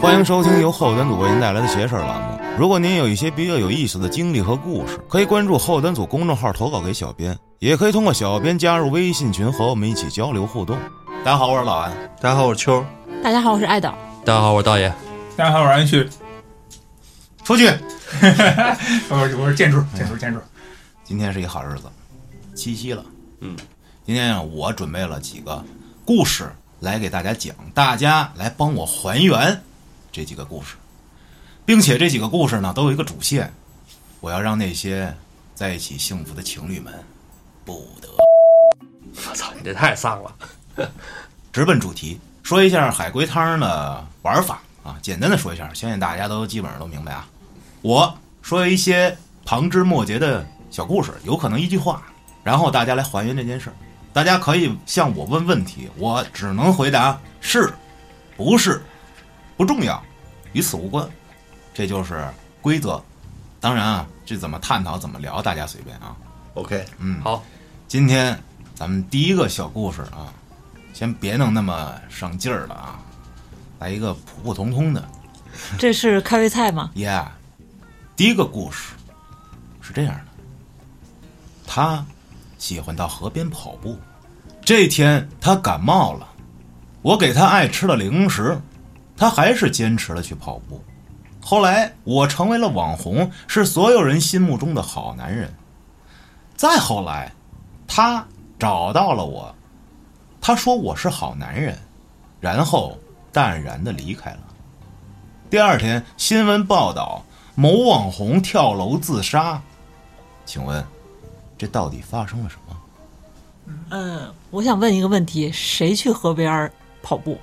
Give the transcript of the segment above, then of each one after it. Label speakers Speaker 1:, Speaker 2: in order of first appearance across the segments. Speaker 1: 欢迎收听由后端组为您带来的“邪事儿”栏目。如果您有一些比较有意思的经历和故事，可以关注后端组公众号投稿给小编，也可以通过小编加入微信群和我们一起交流互动。大家好，我是老安。
Speaker 2: 大家好，我是秋。
Speaker 3: 大家好，我是爱豆。
Speaker 4: 大家好，我是道爷。
Speaker 5: 大家好，我是安旭，
Speaker 1: 出去，
Speaker 5: 哦我是我是建
Speaker 1: 嗯
Speaker 5: 筑，建筑，建筑。
Speaker 1: 今天是一好日子，七夕了。嗯，今天啊，我准备了几个故事来给大家讲，大家来帮我还原这几个故事，并且这几个故事呢都有一个主线，我要让那些在一起幸福的情侣们不得
Speaker 4: 我操，你这太丧了。
Speaker 1: 直奔主题，说一下海龟汤的玩法啊，简单的说一下，相信大家都基本上都明白啊。我说一些旁枝末节的小故事，有可能一句话，然后大家来还原这件事儿。大家可以向我问问题，我只能回答是，不是，不重要，与此无关，这就是规则。当然啊，这怎么探讨怎么聊，大家随便啊。嗯
Speaker 2: OK，
Speaker 4: 好，
Speaker 1: 今天咱们第一个小故事啊，先别弄那么上劲儿了啊，来一个普普通通的。
Speaker 3: 这是开胃菜吗？
Speaker 1: 耶、第一个故事是这样的：他喜欢到河边跑步，这天他感冒了，我给他爱吃的零食，他还是坚持了去跑步。后来我成为了网红，是所有人心目中的好男人。再后来，他找到了我，他说我是好男人，然后淡然的离开了。第二天，新闻报道某网红跳楼自杀，请问这到底发生了什么？
Speaker 3: 嗯，我想问一个问题：谁去河边儿跑步？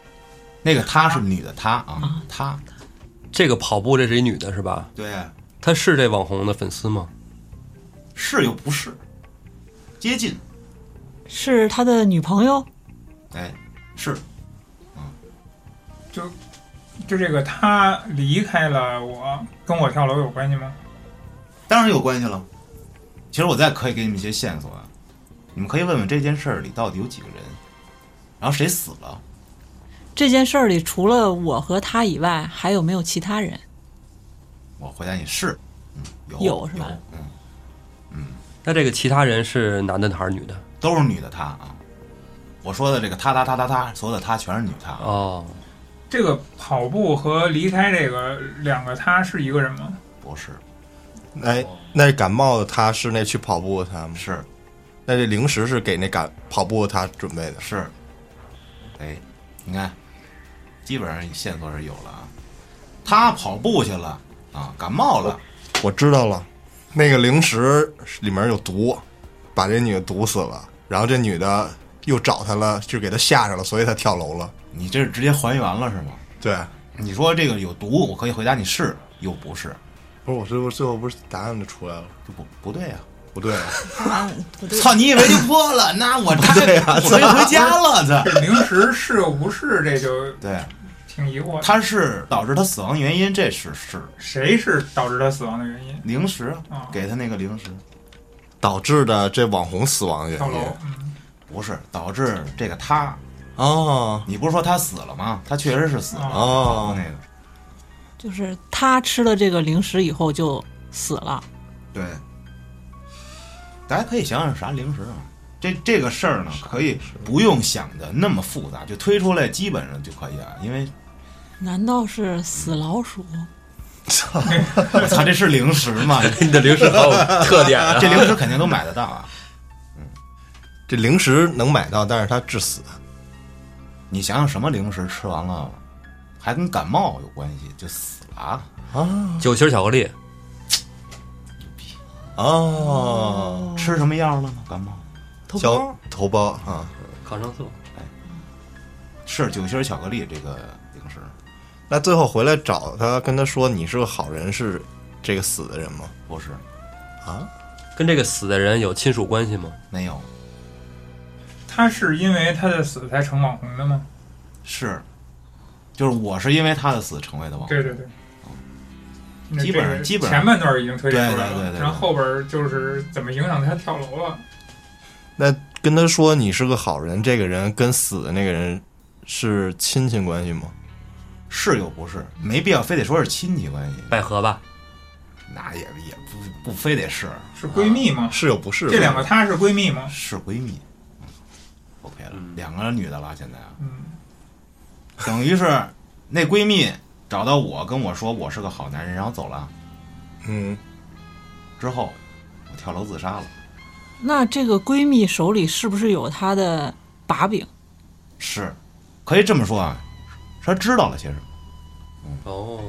Speaker 1: 那个她是女的，她啊，她
Speaker 4: 这个跑步这是一女的是吧？
Speaker 1: 对，
Speaker 4: 她是这网红的粉丝吗？
Speaker 1: 是又不是，接近，
Speaker 3: 是他的女朋友？
Speaker 1: 哎，是
Speaker 5: 就这个他离开了我，跟我跳楼有关系吗？
Speaker 1: 当然有关系了。其实我再可以给你们一些线索啊，你们可以问问这件事儿里到底有几个人，然后谁死了，
Speaker 3: 这件事儿里除了我和他以外，还有没有其他人？
Speaker 1: 我回答你是，嗯，有
Speaker 3: 有是吧
Speaker 1: 有嗯，
Speaker 4: 那这个其他人是男的还是女的？
Speaker 1: 都是女的她啊。我说的这个她她她她她，所有的她全是女她啊。
Speaker 4: 哦，
Speaker 5: 这个跑步和离开这个两个他是一个人吗？
Speaker 1: 不是，
Speaker 2: 那哎那感冒的他是那去跑步的他吗？
Speaker 1: 是
Speaker 2: 那这零食是给那感跑步的他准备的。
Speaker 1: 是，哎，你看，基本上线索是有了啊。他跑步去了啊，感冒了，
Speaker 2: 我知道了，那个零食里面有毒，把这女的毒死了。然后这女的又找他了，就给他吓着了，所以他跳楼了。
Speaker 1: 你这是直接还原了是吗？
Speaker 2: 对，
Speaker 1: 你说这个有毒，我可以回答你是又不是，
Speaker 2: 不是我最后最后不是答案就出来了，
Speaker 1: 这不不对呀、
Speaker 2: 不对啊，
Speaker 3: 啊，不对
Speaker 1: 操，你以为就破了？那我太
Speaker 2: 对呀
Speaker 1: 我可以回家了，这。
Speaker 5: 这零食是又不是，这就
Speaker 1: 对，
Speaker 5: 挺疑惑的。
Speaker 1: 他是导致他死亡原因，这是是
Speaker 5: 谁是导致他死亡的原因？
Speaker 1: 零食啊，
Speaker 5: 啊，
Speaker 1: 给他那个零食，
Speaker 2: 导致的这网红死亡的原
Speaker 5: 跳
Speaker 2: 因
Speaker 1: 哦
Speaker 5: 楼。。嗯，
Speaker 1: 不是导致这个他，
Speaker 2: 哦
Speaker 1: 你不是说他死了吗？他确实是死了，
Speaker 5: 啊，
Speaker 1: 那
Speaker 2: 哦，
Speaker 1: 个
Speaker 3: 就是他吃了这个零食以后就死了。
Speaker 1: 对，大家可以想想啥零食啊？这这个事儿呢，可以不用想的那么复杂，就推出来基本上就可以啊。因为
Speaker 3: 难道是死老鼠？
Speaker 1: 我操，这是零食嘛，
Speaker 4: 你的零食好有特点 啊！
Speaker 1: 这零食肯定都买得到啊。
Speaker 2: 这零食能买到，但是他致死。
Speaker 1: 你想想什么零食吃完了，还跟感冒有关系，就死了啊？
Speaker 4: 酒心巧克力，
Speaker 2: 哦，
Speaker 1: 吃什么药了呢？感冒
Speaker 3: 头孢
Speaker 2: 小头孢啊，
Speaker 4: 抗生素。
Speaker 1: 是酒心儿巧克力这个零食，
Speaker 2: 那最后回来找他，跟他说你是个好人，是这个死的人吗？
Speaker 1: 不是
Speaker 4: 跟这个死的人有亲属关系吗？
Speaker 1: 没有，
Speaker 5: 他是因为他的死才成网红的吗？
Speaker 1: 是就是我是因为他的死成为的网红。
Speaker 5: 对对对。那
Speaker 1: 哦基本上
Speaker 5: 这个
Speaker 1: 基本上
Speaker 5: 前半段已经推理出来
Speaker 1: 对对对对
Speaker 5: 了，
Speaker 1: 对
Speaker 5: 然后后边就是怎么影响他跳楼了。
Speaker 2: 跟他说你是个好人，这个人跟死的那个人是亲戚关系吗？
Speaker 1: 是又不是，没必要非得说是亲戚关系，
Speaker 4: 百合吧？
Speaker 1: 那也也不不非得是
Speaker 5: 是闺蜜
Speaker 1: 哦
Speaker 5: 吗？
Speaker 2: 是又不是，
Speaker 5: 这两个她是闺蜜吗？
Speaker 1: 是闺蜜。OK 嗯了，
Speaker 4: 嗯
Speaker 1: 两个女的了，现在啊
Speaker 5: 嗯，
Speaker 1: 等于是那闺蜜找到我跟我说我是个好男人，然后走了啊
Speaker 2: 嗯，
Speaker 1: 之后，我跳楼自杀了。
Speaker 3: 那这个闺蜜手里是不是有她的把柄？
Speaker 1: 是，可以这么说啊，她知道了些什么。
Speaker 4: 哦，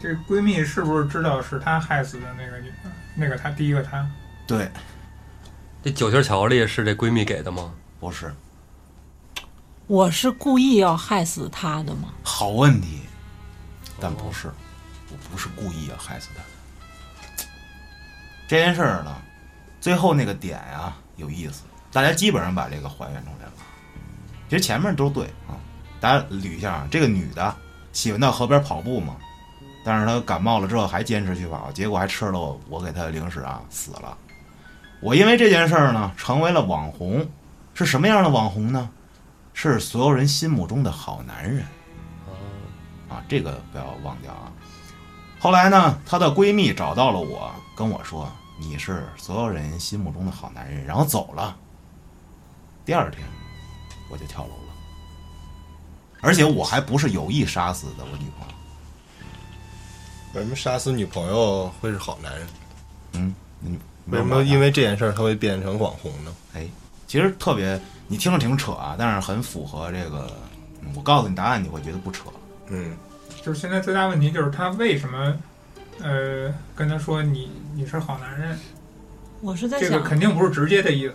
Speaker 5: 这闺蜜是不是知道是她害死的那个女的？那个她第一个她，
Speaker 1: 对，
Speaker 4: 这酒心巧克力是这闺蜜给的吗？
Speaker 1: 不是
Speaker 3: 我是故意要害死她的吗？
Speaker 1: 好问题，但不是，我不是故意要害死她的。这件事儿呢，最后那个点啊有意思，大家基本上把这个还原出来了。其实前面都对啊，大家捋一下啊，这个女的喜欢到河边跑步嘛，但是她感冒了之后还坚持去跑，结果还吃了我我给她的零食啊，死了。我因为这件事儿呢，成为了网红，是什么样的网红呢？是所有人心目中的好男人。啊，这个不要忘掉啊。后来呢，她的闺蜜找到了我，跟我说你是所有人心目中的好男人，然后走了。第二天我就跳楼了，而且我还不是有意杀死的我女朋友。
Speaker 2: 为什么杀死女朋友会是好男人？
Speaker 1: 嗯，你
Speaker 2: 为什么
Speaker 1: 因
Speaker 2: 因为这件事儿他会变成网红呢？
Speaker 1: 哎，其实特别，你听着挺扯啊，但是很符合这个。嗯我告诉你答案，你会觉得不扯。
Speaker 2: 嗯，
Speaker 5: 就是现在最大问题就是她为什么，呃，跟她说你你是好男人，
Speaker 3: 我是在
Speaker 5: 这个
Speaker 3: 想，
Speaker 5: 肯定不是直接的意思。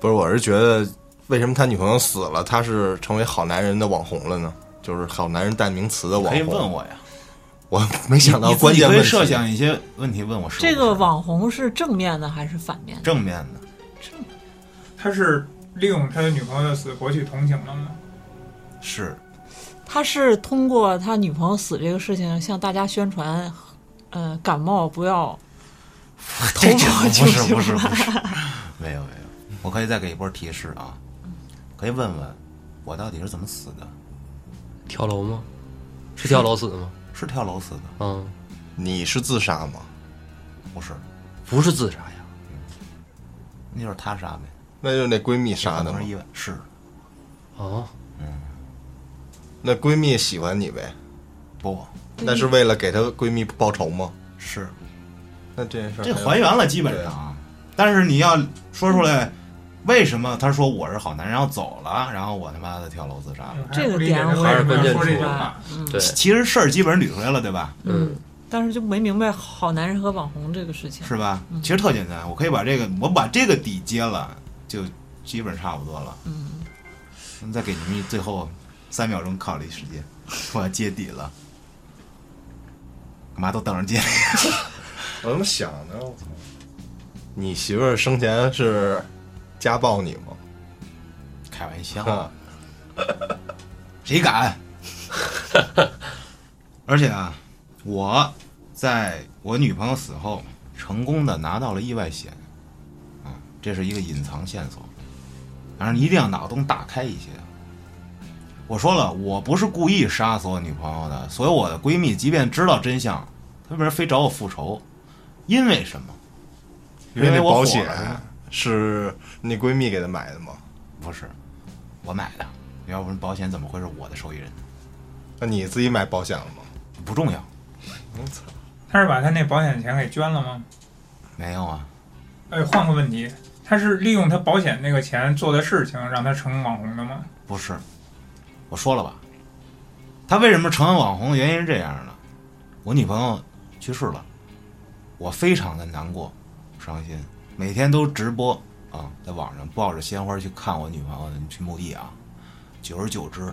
Speaker 2: 不是，我是觉得为什么他女朋友死了，他是成为好男人的网红了呢？就是好男人代名词的网
Speaker 1: 可以
Speaker 2: 红。
Speaker 1: 问我呀，
Speaker 2: 我没想到
Speaker 1: 你
Speaker 2: 关键
Speaker 1: 你
Speaker 2: 问
Speaker 1: 可以
Speaker 2: 题。
Speaker 1: 设想一些问题问我是不是
Speaker 3: 这个网红是正面的还是反面的？
Speaker 1: 正面的。
Speaker 5: 他是利用他女朋友的死博取同情了吗？
Speaker 1: 是
Speaker 3: 他是通过他女朋友死这个事情向大家宣传，呃，感冒不要头
Speaker 1: 这
Speaker 3: 毛
Speaker 1: 不
Speaker 3: 就是行
Speaker 1: 不是
Speaker 3: 了
Speaker 1: 不是，没有没有，我可以再给一波提示啊，可以问问我到底是怎么死的？
Speaker 4: 跳楼吗？是跳楼死的吗？
Speaker 1: 是跳楼死的？
Speaker 4: 嗯，
Speaker 2: 你是自杀吗？
Speaker 1: 不是，
Speaker 4: 不是自杀呀。
Speaker 1: 那就是他杀呗，
Speaker 2: 那就是那闺蜜杀的
Speaker 1: 可
Speaker 2: 吗
Speaker 1: 能是？意外。是
Speaker 4: 哦，
Speaker 2: 那闺蜜喜欢你呗？
Speaker 1: 不？
Speaker 2: 那是为了给她闺蜜报仇吗？
Speaker 1: 是
Speaker 2: 那这件事儿
Speaker 1: 这
Speaker 2: 还有
Speaker 1: 还原了基本上啊，但是你要说出来。为什么他说我是好男人，然后走了，然后我他妈的跳楼自杀了？
Speaker 5: 还是不理解他
Speaker 3: 这个点我
Speaker 5: 为
Speaker 3: 也
Speaker 5: 什么要说这句
Speaker 4: 是
Speaker 5: 话
Speaker 3: 吧？？
Speaker 4: 对，
Speaker 1: 其其实事儿基本上捋出来了，对吧？
Speaker 4: 嗯，
Speaker 3: 但是就没明白好男人和网红这个事情。
Speaker 1: 是吧？其实特简单，我可以把这个我把这个底接了，就基本差不多了。嗯，再给你们最后三秒钟考虑时间，我要揭底了。干嘛都等着揭？
Speaker 2: 我怎么想呢？我操！你媳妇儿生前是家暴你吗？
Speaker 1: 开玩笑，
Speaker 2: 啊，
Speaker 1: 谁敢？ 而且啊，我在我女朋友死后，成功的拿到了意外险，啊，这是一个隐藏线索，反正一定要脑洞大开一些。我说了，我不是故意杀死我女朋友的，所以我的闺蜜即便知道真相，她为什么非找我复仇？因为什么？
Speaker 2: 因为那
Speaker 1: 哎我
Speaker 2: 保
Speaker 1: 火
Speaker 2: 险
Speaker 1: 了是吧
Speaker 2: 是你闺蜜给她买的吗？
Speaker 1: 不是我买的，要不然保险怎么会是我的受益人？
Speaker 2: 那你自己买保险了吗？
Speaker 1: 不重要，
Speaker 2: 我操！
Speaker 5: 他是把他那保险钱给捐了吗？
Speaker 1: 没有啊，
Speaker 5: 哎，换个问题，他是利用他保险那个钱做的事情让他成网红的吗？
Speaker 1: 不是，我说了吧，他为什么成为网红的原因是这样的：我女朋友去世了，我非常的难过、伤心，每天都直播啊，在网上抱着鲜花去看我女朋友去墓地啊，久而久之，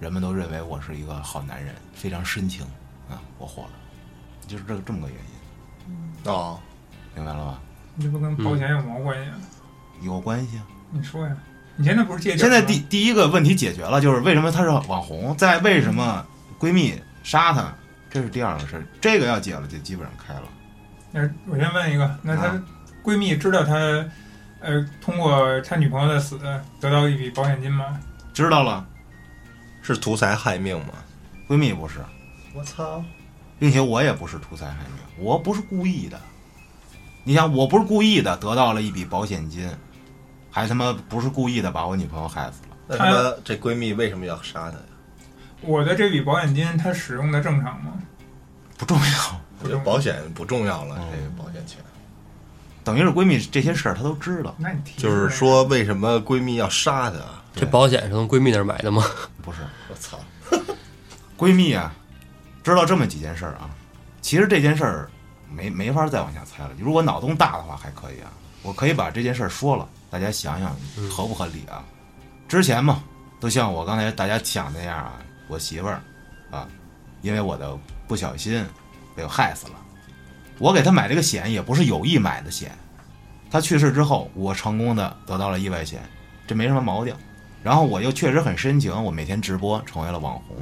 Speaker 1: 人们都认为我是一个好男人，非常深情啊，我火了，就是这个这么个原因，
Speaker 2: 哦，
Speaker 1: 明白了吧？
Speaker 5: 这不跟
Speaker 1: 嗯
Speaker 5: 保险有毛关系啊？
Speaker 1: 有关系啊。
Speaker 5: 你说呀，你现在不是借酒
Speaker 1: 现
Speaker 5: 吗
Speaker 1: 在第第一个问题解决了，就是为什么她是网红，在为什么闺蜜杀她，这是第二个事儿，这个要解了就基本上开了。
Speaker 5: 那我先问一个，那她
Speaker 1: 啊
Speaker 5: 闺蜜知道她，呃，通过她女朋友的死得到一笔保险金吗？
Speaker 1: 知道了，
Speaker 2: 是图财害命吗？
Speaker 1: 闺蜜不是，
Speaker 2: 我操！
Speaker 1: 并且我也不是图财害命，我不是故意的。你想，我不是故意的，得到了一笔保险金，还他妈不是故意的把我女朋友害死了。
Speaker 6: 那他妈这闺蜜为什么要杀他呀？
Speaker 5: 我的这笔保险金它使用的正常吗？
Speaker 1: 不重要，
Speaker 5: 不
Speaker 6: 我觉得
Speaker 5: 正
Speaker 6: 保险不重要了，
Speaker 1: 嗯
Speaker 6: 这个保险钱。
Speaker 1: 等于是闺蜜这些事儿她都知道，
Speaker 5: 那你提示
Speaker 6: 就是
Speaker 5: 呗，
Speaker 6: 说，为什么闺蜜要杀他？
Speaker 2: 啊
Speaker 4: 这保险是从闺蜜那儿买的吗？
Speaker 1: 不是
Speaker 6: 我操！
Speaker 1: 闺蜜啊，知道这么几件事儿啊。其实这件事儿没没法再往下猜了。如果脑洞大的话还可以啊，我可以把这件事儿说了，大家想想合不合理啊？之前嘛，都像我刚才大家想那样啊，我媳妇儿啊，因为我的不小心被我害死了。我给她买这个险也不是有意买的险，她去世之后，我成功的得到了意外险，这没什么毛病。然后我又确实很深情，我每天直播成为了网红。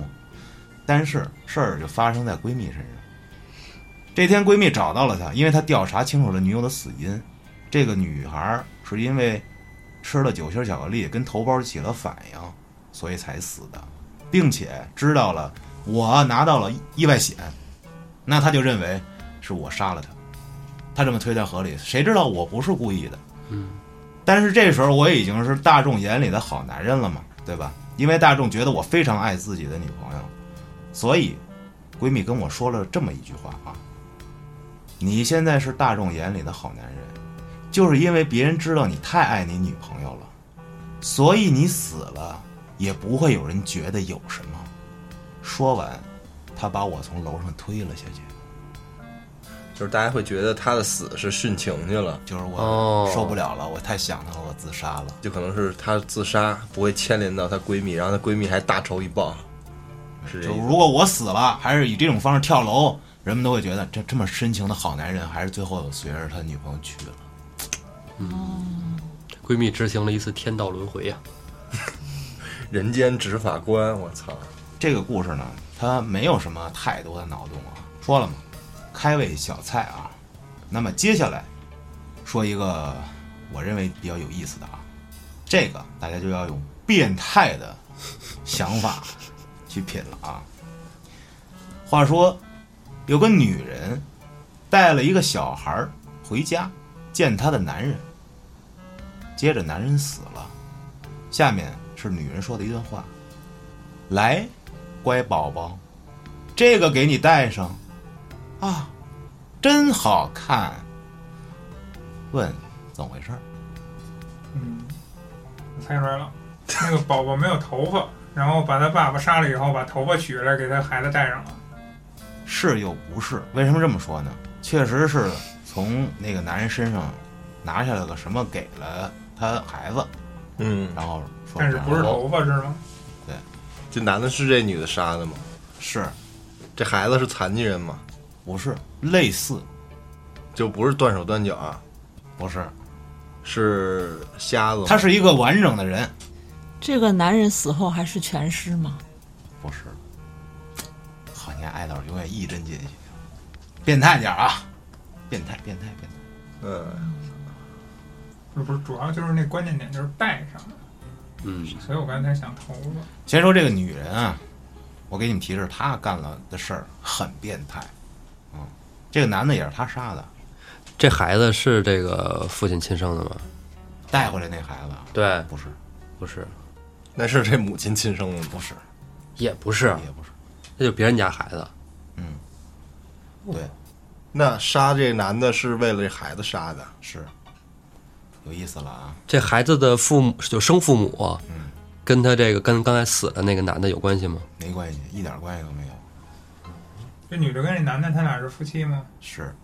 Speaker 1: 但是事儿就发生在闺蜜身上。这天，闺蜜找到了她，因为她调查清楚了女友的死因。这个女孩儿是因为吃了酒心巧克力跟头孢起了反应，所以才死的，并且知道了我拿到了意外险，那她就认为是我杀了她。她这么推在河里，谁知道我不是故意的？
Speaker 4: 嗯，
Speaker 1: 但是这时候我已经是大众眼里的好男人了嘛，对吧？因为大众觉得我非常爱自己的女朋友，所以，闺蜜跟我说了这么一句话啊：“你现在是大众眼里的好男人，就是因为别人知道你太爱你女朋友了，所以你死了也不会有人觉得有什么。”说完，她把我从楼上推了下去，
Speaker 6: 就是大家会觉得她的死是殉情去了，
Speaker 1: 就是我
Speaker 4: 哦
Speaker 1: 受不了了，我太想她了，我自杀了。
Speaker 6: 就可能是她自杀，不会牵连到她闺蜜，然后她闺蜜还大仇一报，是这
Speaker 1: 就
Speaker 6: 意思。
Speaker 1: 如果我死了，还是以这种方式跳楼，人们都会觉得这这么深情的好男人，还是最后随着他女朋友去了。
Speaker 4: 闺蜜执行了一次天道轮回呀、
Speaker 6: 人间执法官，我操！
Speaker 1: 这个故事呢，它没有什么太多的脑洞啊，说了嘛，开胃小菜啊。那么接下来说一个我认为比较有意思的啊，这个大家就要用变态的想法去品了啊。话说，有个女人带了一个小孩儿回家见她的男人，接着男人死了。下面是女人说的一段话：“来，乖宝宝，这个给你戴上，啊，真好看。问怎么回事儿？
Speaker 5: 嗯，我猜出来了，那个宝宝没有头发，然后把他爸爸杀了以后，把头发取下来给他孩子戴上了。
Speaker 1: 是又不是？为什么这么说呢？确实是从那个男人身上拿下了个什么，给了他孩子，
Speaker 6: 嗯，
Speaker 1: 然后说
Speaker 5: 但是不是头发是吗？
Speaker 6: 这男的是这女的杀的吗？
Speaker 1: 是
Speaker 6: 这孩子是残疾人吗？
Speaker 1: 不是类似？
Speaker 6: 就不是断手断脚啊，
Speaker 1: 不是，
Speaker 6: 是瞎子吗。
Speaker 1: 他是一个完整的人，
Speaker 3: 这个男人死后还是全尸吗？
Speaker 1: 不是。好，你看艾导永远一针见血，变态点儿啊，变态，变态，变态。
Speaker 6: 嗯，
Speaker 5: 不是，不是，主要就是那关键点就是戴上了，
Speaker 4: 嗯，
Speaker 5: 所以我刚才想头发。
Speaker 1: 先说这个女人啊，我给你们提示，她干了的事儿很变态，嗯，这个男的也是她杀的，
Speaker 4: 这孩子是这个父亲亲生的吗？
Speaker 1: 带回来那孩子啊
Speaker 4: 对，
Speaker 1: 不是，
Speaker 4: 不是，
Speaker 6: 那是这母亲亲生的吗？
Speaker 1: 不是，
Speaker 4: 也不是，
Speaker 1: 也不是，
Speaker 4: 那就别人家孩子。
Speaker 1: 对，
Speaker 6: 那杀这男的是为了这孩子杀的，
Speaker 1: 是，有意思了啊，
Speaker 4: 这孩子的父母就生父母，啊
Speaker 1: 嗯
Speaker 4: 跟他这个跟刚才死的那个男的有关系吗？
Speaker 1: 没关系，一点关系都没有，
Speaker 5: 这女的跟这男的，他俩是夫妻吗？
Speaker 1: 是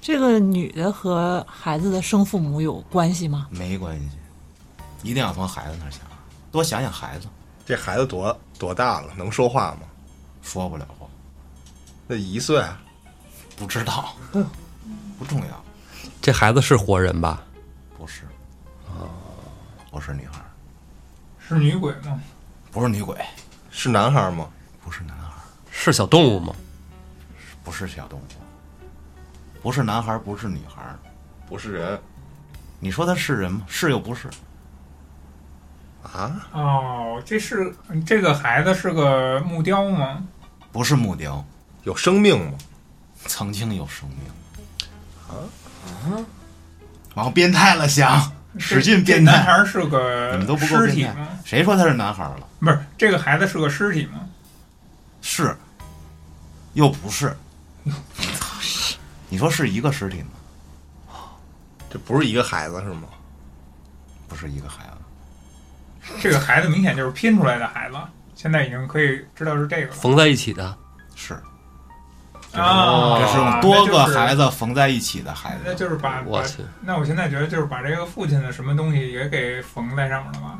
Speaker 3: 这个女的和孩子的生父母有关系吗？
Speaker 1: 没关系，一定要从孩子那儿想，多想想孩子，
Speaker 6: 这孩子多多大了？能说话吗？
Speaker 1: 说不了话，
Speaker 6: 那一岁，啊
Speaker 1: 不知道，不重要，
Speaker 4: 这孩子是活人吧？
Speaker 1: 不是，不是女孩儿，
Speaker 5: 是女鬼吗？
Speaker 1: 不是女鬼，
Speaker 6: 是男孩吗？
Speaker 1: 不是男孩儿。
Speaker 4: 是小动物吗？
Speaker 1: 不是小动物，不是男孩儿，不是女孩儿。
Speaker 6: 不是人
Speaker 1: 你说他是人吗？是又不是，
Speaker 2: 啊，
Speaker 5: 哦，这是这个孩子是个木雕吗？
Speaker 1: 不是木雕，
Speaker 2: 有生命吗？
Speaker 1: 曾经有生命。啊往变态了想，使劲
Speaker 5: 这
Speaker 1: 变
Speaker 5: 男
Speaker 1: 态。
Speaker 5: 孩是个
Speaker 1: 啊你们都不够
Speaker 5: 尸体
Speaker 1: 变态
Speaker 5: 吗？。
Speaker 1: 谁说他是男孩了？
Speaker 5: 不是，这个孩子是个尸体吗？
Speaker 1: 是，又不是。你说是一个尸体吗？
Speaker 2: 这不是一个孩子是吗？
Speaker 1: 不是一个孩子。
Speaker 5: 这个孩子明显就是拼出来的孩子，现在已经可以知道是这个了
Speaker 4: 缝在一起的，
Speaker 1: 是，
Speaker 5: 啊。
Speaker 1: 哦这是用多个孩子缝在一起的孩
Speaker 5: 那
Speaker 1: 子，
Speaker 5: 就是把把
Speaker 4: 我，去，
Speaker 5: 那我现在觉得就是把这个父亲的什么东西也给缝在上面了吧？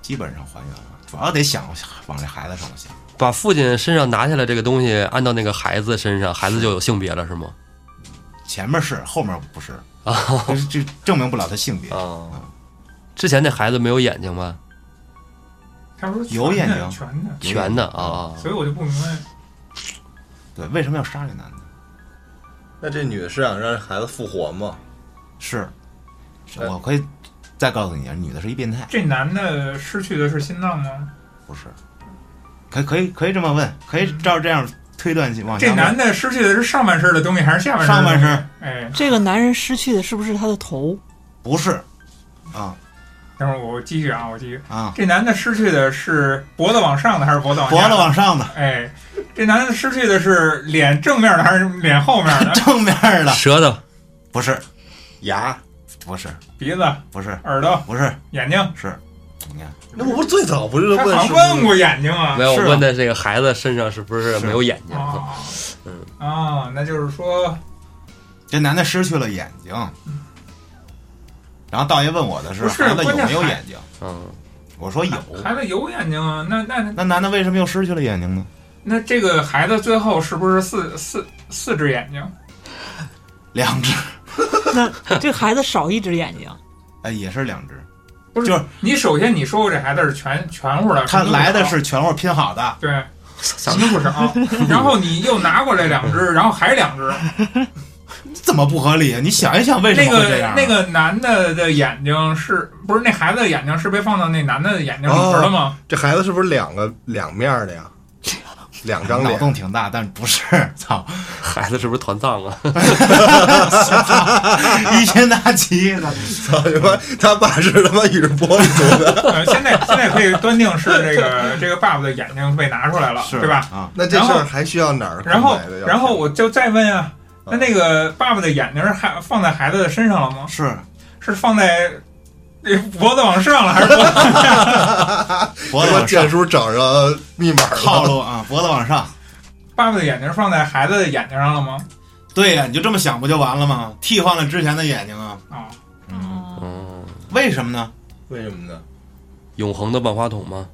Speaker 1: 基本上还原了。主要得想往这孩子上想，
Speaker 4: 把父亲身上拿下来这个东西按到那个孩子身上，孩子就有性别了是吗？
Speaker 1: 前面是，后面不是，
Speaker 4: 啊
Speaker 1: 这这证明不了他性别。
Speaker 4: 啊，之前那孩子没有眼睛吧？
Speaker 5: 他不是全的
Speaker 1: 有眼睛
Speaker 5: 全的，
Speaker 4: 全的啊，
Speaker 5: 所以我就不明白
Speaker 1: 对，为什么要杀这男的？
Speaker 2: 那这女的是想让孩子复活吗？
Speaker 1: 是，是
Speaker 2: 呃
Speaker 1: 我可以再告诉你，啊，女的是一变态，
Speaker 5: 这男的失去的是心脏吗？
Speaker 1: 不是？可可以可以这么问，可以照这样推断去往下
Speaker 5: 这
Speaker 1: 问。
Speaker 5: 男的失去的是上半身的东西还是下半身？
Speaker 1: 上半身。
Speaker 5: 哎，
Speaker 3: 这个男人失去的是不是他的头？
Speaker 1: 不是，啊
Speaker 5: 等会儿我继续啊，我继续。
Speaker 1: 啊，
Speaker 5: 这男的失去的是脖子往上的还是脖子往下？
Speaker 1: 脖子。往上的，
Speaker 5: 哎，这男的失去的是脸正面的还是脸后面的？
Speaker 1: 正面的，
Speaker 4: 舌头
Speaker 1: 不是，
Speaker 2: 牙，
Speaker 1: 不是，
Speaker 5: 鼻子、
Speaker 1: 不是，
Speaker 5: 耳朵、
Speaker 1: 不是，
Speaker 5: 眼睛。
Speaker 1: 是，你看，
Speaker 2: 那我不是最早不是
Speaker 5: 他好
Speaker 2: 问
Speaker 5: 像
Speaker 2: 是
Speaker 5: 问过眼睛啊
Speaker 4: 没。有？我
Speaker 1: 是啊
Speaker 4: 问的这个孩子身上是不是
Speaker 1: 是
Speaker 4: 没有眼睛？
Speaker 5: 啊
Speaker 4: 嗯
Speaker 5: 啊，那就是说，
Speaker 1: 这男的失去了眼睛，然后道爷问我的是
Speaker 5: 不是
Speaker 1: 孩子有
Speaker 5: 关键
Speaker 1: 没有
Speaker 5: 孩
Speaker 1: 眼睛，
Speaker 4: 嗯，
Speaker 1: 我说有。
Speaker 5: 孩子有眼睛啊？那那
Speaker 1: 那男的为什么又失去了眼睛呢？
Speaker 5: 那这个孩子最后是不是四四四只眼睛？
Speaker 1: 两只，
Speaker 3: 那这孩子少一只眼睛，
Speaker 1: 哎，也是两只。
Speaker 5: 不是
Speaker 1: 就是
Speaker 5: 你首先你说过这孩子是全全乎的，
Speaker 1: 他
Speaker 5: 什么都
Speaker 1: 来的
Speaker 5: 少
Speaker 1: 是全乎拼好的，
Speaker 5: 对，什么不少，啊然后你又拿过来两 只，然后还两只。
Speaker 1: 怎么不合理啊？你想一想，为什
Speaker 5: 那
Speaker 1: 么会这
Speaker 5: 个
Speaker 1: 样啊？
Speaker 5: 那个男的的眼睛是不是那孩子的眼睛是被放到那男的眼睛里边了吗？
Speaker 2: 这孩子是不是两个两面儿的呀？两张
Speaker 1: 脑
Speaker 2: 脸，
Speaker 1: 洞挺大，但不是，操，
Speaker 4: 孩子是不是团藏啊？
Speaker 1: 一群大旗 的，
Speaker 2: 操他妈他爸是他妈宇智波里 族的，
Speaker 1: 哦
Speaker 5: 呃现在现在可以端定是这个 这个爸爸的眼睛被拿出来了，
Speaker 1: 是
Speaker 5: 对吧？
Speaker 1: 啊，
Speaker 2: 那这事儿还需要哪儿购
Speaker 5: 然后
Speaker 2: 买的要
Speaker 5: 然后我就再问啊，
Speaker 1: 嗯
Speaker 5: 那那个爸爸的眼睛是还放在孩子的身上了吗？
Speaker 1: 是
Speaker 5: 是放在呃脖子往上了还是 脖子？
Speaker 1: 脖子
Speaker 2: 他妈
Speaker 1: 往
Speaker 2: 剑
Speaker 1: 上，
Speaker 2: 叔找着密码
Speaker 1: 套
Speaker 2: 了，
Speaker 1: 路啊，脖子往上。
Speaker 5: 爸爸的眼睛是放在孩子的眼睛上了吗？
Speaker 1: 对呀、你就这么想不就完了吗？替换了之前的眼睛啊，
Speaker 5: 啊、
Speaker 3: 嗯，
Speaker 4: 嗯，
Speaker 1: 为什么呢？
Speaker 2: 为什么呢？
Speaker 4: 永恒的万花筒吗？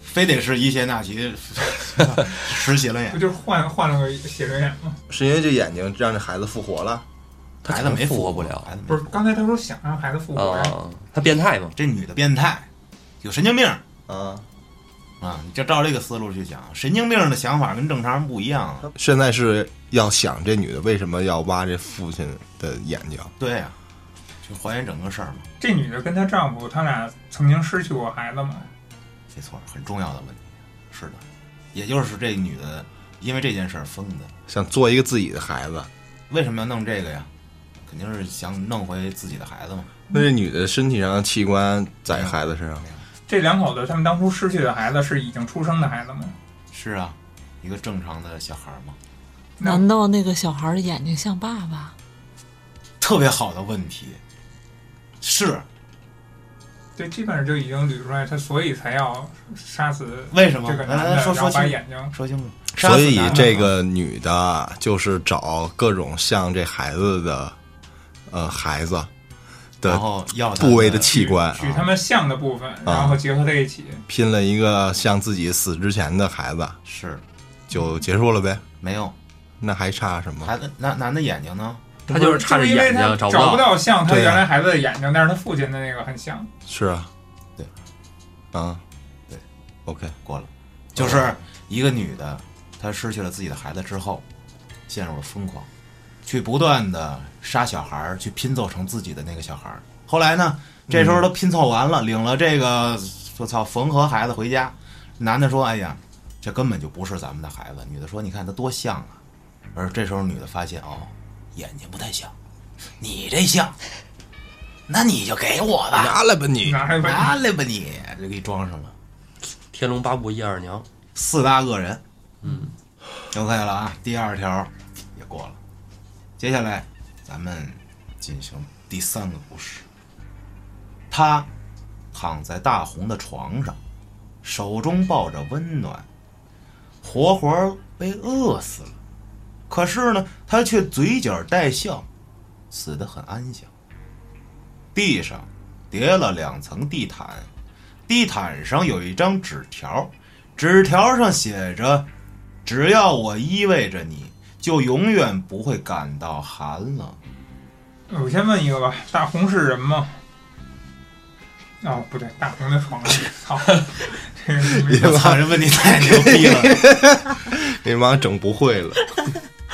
Speaker 1: 非得是伊邪那岐拾起了眼
Speaker 5: 不，就是换换了个写轮眼吗？
Speaker 2: 是因为这眼睛让这孩子复活了？
Speaker 4: 他
Speaker 1: 孩子没
Speaker 4: 复
Speaker 1: 活
Speaker 4: 活不了
Speaker 1: 孩子没
Speaker 5: 不是，刚才他说想让孩子复活呀、
Speaker 1: 哦
Speaker 4: 啊，他变态嘛？
Speaker 1: 这女的变态，有神经病
Speaker 2: 啊，
Speaker 1: 啊！你就照这个思路去想，神经病的想法跟正常人不一样啊。
Speaker 2: 现在是要想这女的为什么要挖这父亲的眼睛？
Speaker 1: 对呀、就还原整个事儿嘛，
Speaker 5: 这女的跟她丈夫，他俩曾经失去过孩子吗？
Speaker 1: 没错，很重要的问题。是的，也就是这女的因为这件事儿疯的。
Speaker 2: 想做一个自己的孩子，
Speaker 1: 为什么要弄这个呀？肯定是想弄回自己的孩子嘛。
Speaker 2: 那这女的身体上的器官在孩子身上，
Speaker 5: 这两口子他们当初失去的孩子是已经出生的孩子吗？
Speaker 1: 是啊，一个正常的小孩儿嘛。
Speaker 5: 那
Speaker 3: 难道那个小孩的眼睛像爸爸？
Speaker 1: 特别好的问题，是
Speaker 5: 对，基本上就已经捋出来，他所以才要杀死
Speaker 1: 为什么？
Speaker 5: 这个
Speaker 1: 来
Speaker 5: 男
Speaker 1: 来
Speaker 5: 的，
Speaker 1: 来，说
Speaker 5: 然
Speaker 1: 说
Speaker 5: 后把
Speaker 1: 清楚，
Speaker 5: 眼睛
Speaker 1: 说清楚。
Speaker 2: 所以
Speaker 1: 杀死男的啊
Speaker 2: 这个女的啊就是找各种像这孩子的，呃，孩子
Speaker 1: 然
Speaker 2: 的
Speaker 1: 后要他
Speaker 2: 部位的器官
Speaker 5: 取
Speaker 2: 啊
Speaker 5: 他们像的部分，然后结合在一起。
Speaker 2: 拼了一个像自己死之前的孩子，
Speaker 1: 是
Speaker 2: 就结束了呗。
Speaker 1: 没有
Speaker 2: 那还差什么？
Speaker 1: 孩子男男的眼睛呢？
Speaker 4: 他就是差着
Speaker 5: 因为
Speaker 4: 眼
Speaker 5: 他
Speaker 4: 睛啊
Speaker 5: 找
Speaker 4: 找不到
Speaker 5: 到像他
Speaker 2: 对啊
Speaker 5: 原来孩子的眼睛，但是他父亲的那个很像。
Speaker 2: 是啊，
Speaker 1: 对，
Speaker 2: 啊，
Speaker 1: 对
Speaker 2: ，OK，
Speaker 1: 过了，就是一个女的，她失去了自己的孩子之后，陷入了疯狂，去不断的杀小孩儿，去拼凑成自己的那个小孩儿。后来呢，这时候都拼凑完了，领了这个我操缝合孩子回家，男的说：“哎呀，这根本就不是咱们的孩子。”女的说：“你看他多像啊！”而这时候女的发现哦，眼睛不太像，你这像，那你就给我吧，
Speaker 2: 拿来吧
Speaker 1: 哎啊
Speaker 2: 你，
Speaker 5: 拿来吧，
Speaker 1: 拿来吧你，就给装上了。
Speaker 4: 天龙八部一二娘，
Speaker 1: 四大恶人，嗯，OK 了啊，第二条也过了。接下来咱们进行第三个故事。他躺在大红的床上，手中抱着温暖，活活被饿死了。可是呢，他却嘴角带笑，死得很安详。地上叠了两层地毯，地毯上有一张纸条，纸条上写着：“只要我依偎着你，就永远不会感到寒冷。
Speaker 5: 我先问一个吧，大红是人吗？哦，不对，大红的 床上，操，这个”
Speaker 6: 啊
Speaker 1: 我操，这问题太牛逼了！
Speaker 6: 你妈整不会 了，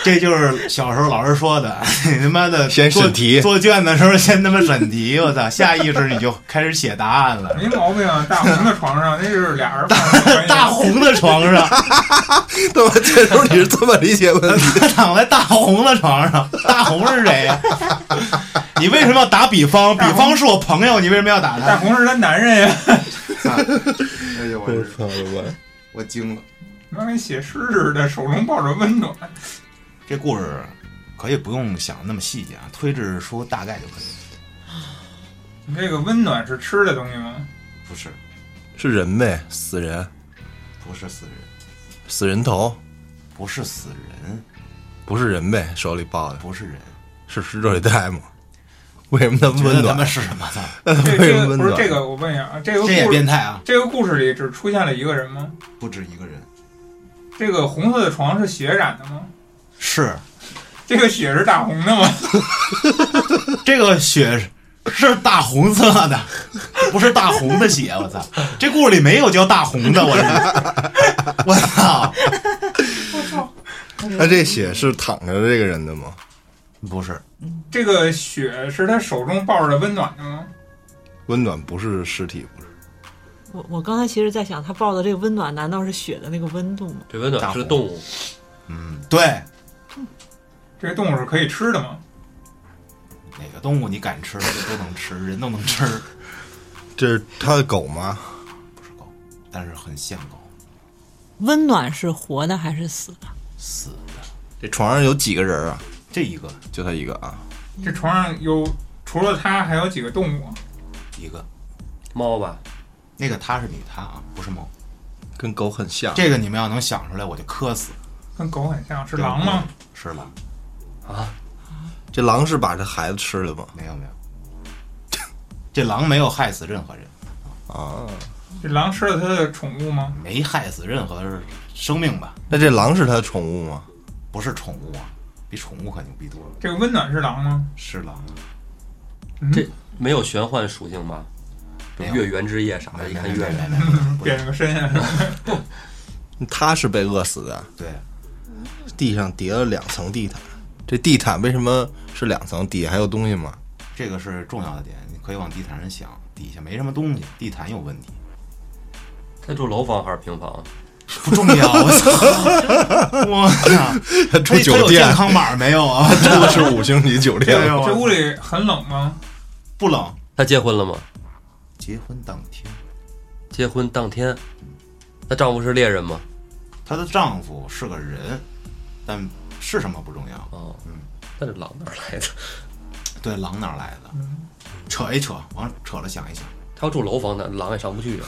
Speaker 1: 这就是小时候老师说的， 你他妈的
Speaker 6: 先审
Speaker 1: 做
Speaker 6: 题
Speaker 1: 做卷子的时候先他妈审题， 我操，下意识你就开始写答案 了。
Speaker 5: 没毛病 啊。大红的床上，那是俩人放的关系
Speaker 1: 大红的床上，
Speaker 6: 他妈这时候你是这么理解问题？
Speaker 1: 他躺在大红的床上，大红是谁 呀、你为什么要打比方？比
Speaker 5: 大红
Speaker 1: 方是我朋友，你为什么要打
Speaker 5: 大
Speaker 1: 他？
Speaker 5: 红是他男人呀，
Speaker 2: 哎呦
Speaker 6: 我操他妈！
Speaker 2: 我惊了，
Speaker 5: 妈跟写诗似的，手中抱着温暖。
Speaker 1: 这故事可以不用想那么细节啊，推至出大概就可以了。
Speaker 5: 你这个温暖是吃的东西 吗？
Speaker 1: 不是，
Speaker 6: 是人呗，死人，
Speaker 1: 不是死人，
Speaker 6: 死人头，
Speaker 1: 不是死人，
Speaker 6: 不是人呗，手里抱的
Speaker 1: 不是人，
Speaker 6: 是是热水袋吗？为什么那么温
Speaker 1: 觉得他
Speaker 6: 暖
Speaker 1: 们？是什么？操，
Speaker 5: 这
Speaker 6: 为
Speaker 5: 这
Speaker 6: 什么
Speaker 5: 个
Speaker 6: 温
Speaker 5: 不是
Speaker 6: 暖？
Speaker 5: 这个，我问一下啊，这个故
Speaker 1: 这也变
Speaker 5: 事
Speaker 1: 态啊！
Speaker 5: 这个故事里只出现了一个人吗？
Speaker 1: 不止一个人，
Speaker 5: 这个红色的床是血染的吗？
Speaker 1: 是
Speaker 5: 这个血是大红的吗？
Speaker 1: 这个血是大红色的， 不是大红的血。我操，这故事里没有叫大红的，我这， 我操，
Speaker 6: 那这血是躺着的这个人的吗？
Speaker 1: 不是，
Speaker 5: 这个血是他手中抱着的温暖的吗？
Speaker 6: 温暖不是尸体，不是
Speaker 3: 我我刚才其实在想，他抱的这个温暖，难道是血的那个温度吗？
Speaker 4: 这温暖是动物，
Speaker 1: 对，
Speaker 5: 这个动物是可以吃的吗？
Speaker 1: 哪个动物你敢吃，都能吃，人都能吃，
Speaker 6: 这是他的狗吗？
Speaker 1: 不是狗，但是很像哦狗，
Speaker 3: 温暖是活的还是死的？
Speaker 1: 死的，
Speaker 6: 这床上有几个人啊？
Speaker 1: 这一个
Speaker 6: 就他一个啊？
Speaker 5: 这床上有除了他还有几个动物啊？
Speaker 1: 一个，
Speaker 4: 猫吧，
Speaker 1: 那个它是女它啊，不是猫。
Speaker 6: 跟狗很像。
Speaker 1: 这个你们要能想出来，我就磕死。
Speaker 5: 跟狗很像，是狼吗？
Speaker 1: 是了，
Speaker 6: 这狼是把这孩子吃了吗？
Speaker 1: 没有没 有，这狼没有害死任何人，
Speaker 6: 啊，
Speaker 5: 这狼吃了他的宠物吗？
Speaker 1: 没害死任何生命吧？
Speaker 6: 那这狼是他的宠物吗？
Speaker 1: 不是宠物啊，比宠物可牛逼多了。
Speaker 5: 这个温暖是狼吗？
Speaker 1: 是狼啊，
Speaker 4: 这没有玄幻属性吧？
Speaker 1: 没有
Speaker 4: 月圆之夜啥的，一看月
Speaker 1: 没
Speaker 4: 亮，
Speaker 1: 没没没不
Speaker 5: 变了个身啊！
Speaker 6: 他是被饿死的，
Speaker 1: 对，
Speaker 6: 地上叠了两层地毯。这地毯为什么是两层？底下还有东西吗？
Speaker 1: 这个是重要的点，你可以往地毯上想，底下没什么东西，地毯有问题，
Speaker 4: 他住楼房还是平房？
Speaker 1: 不重要。我 操，我操，
Speaker 6: 他住
Speaker 1: 他
Speaker 6: 酒
Speaker 1: 有
Speaker 6: 店
Speaker 1: 健，康码没 有啊？
Speaker 6: 住的是五星级酒店。
Speaker 1: 对
Speaker 5: 这
Speaker 1: 我
Speaker 5: 屋里很冷吗？
Speaker 1: 不冷。
Speaker 4: 他结婚了吗？
Speaker 1: 结婚当天，
Speaker 4: 结婚当天，她丈夫是猎人吗？
Speaker 1: 她的丈夫是个人，但是什么不重要。
Speaker 4: 哦
Speaker 1: 嗯，
Speaker 4: 那这狼哪儿来的？
Speaker 1: 对，狼哪儿来的？扯一哎扯，往扯了想一想。
Speaker 4: 他要住楼房，那狼也上不去啊。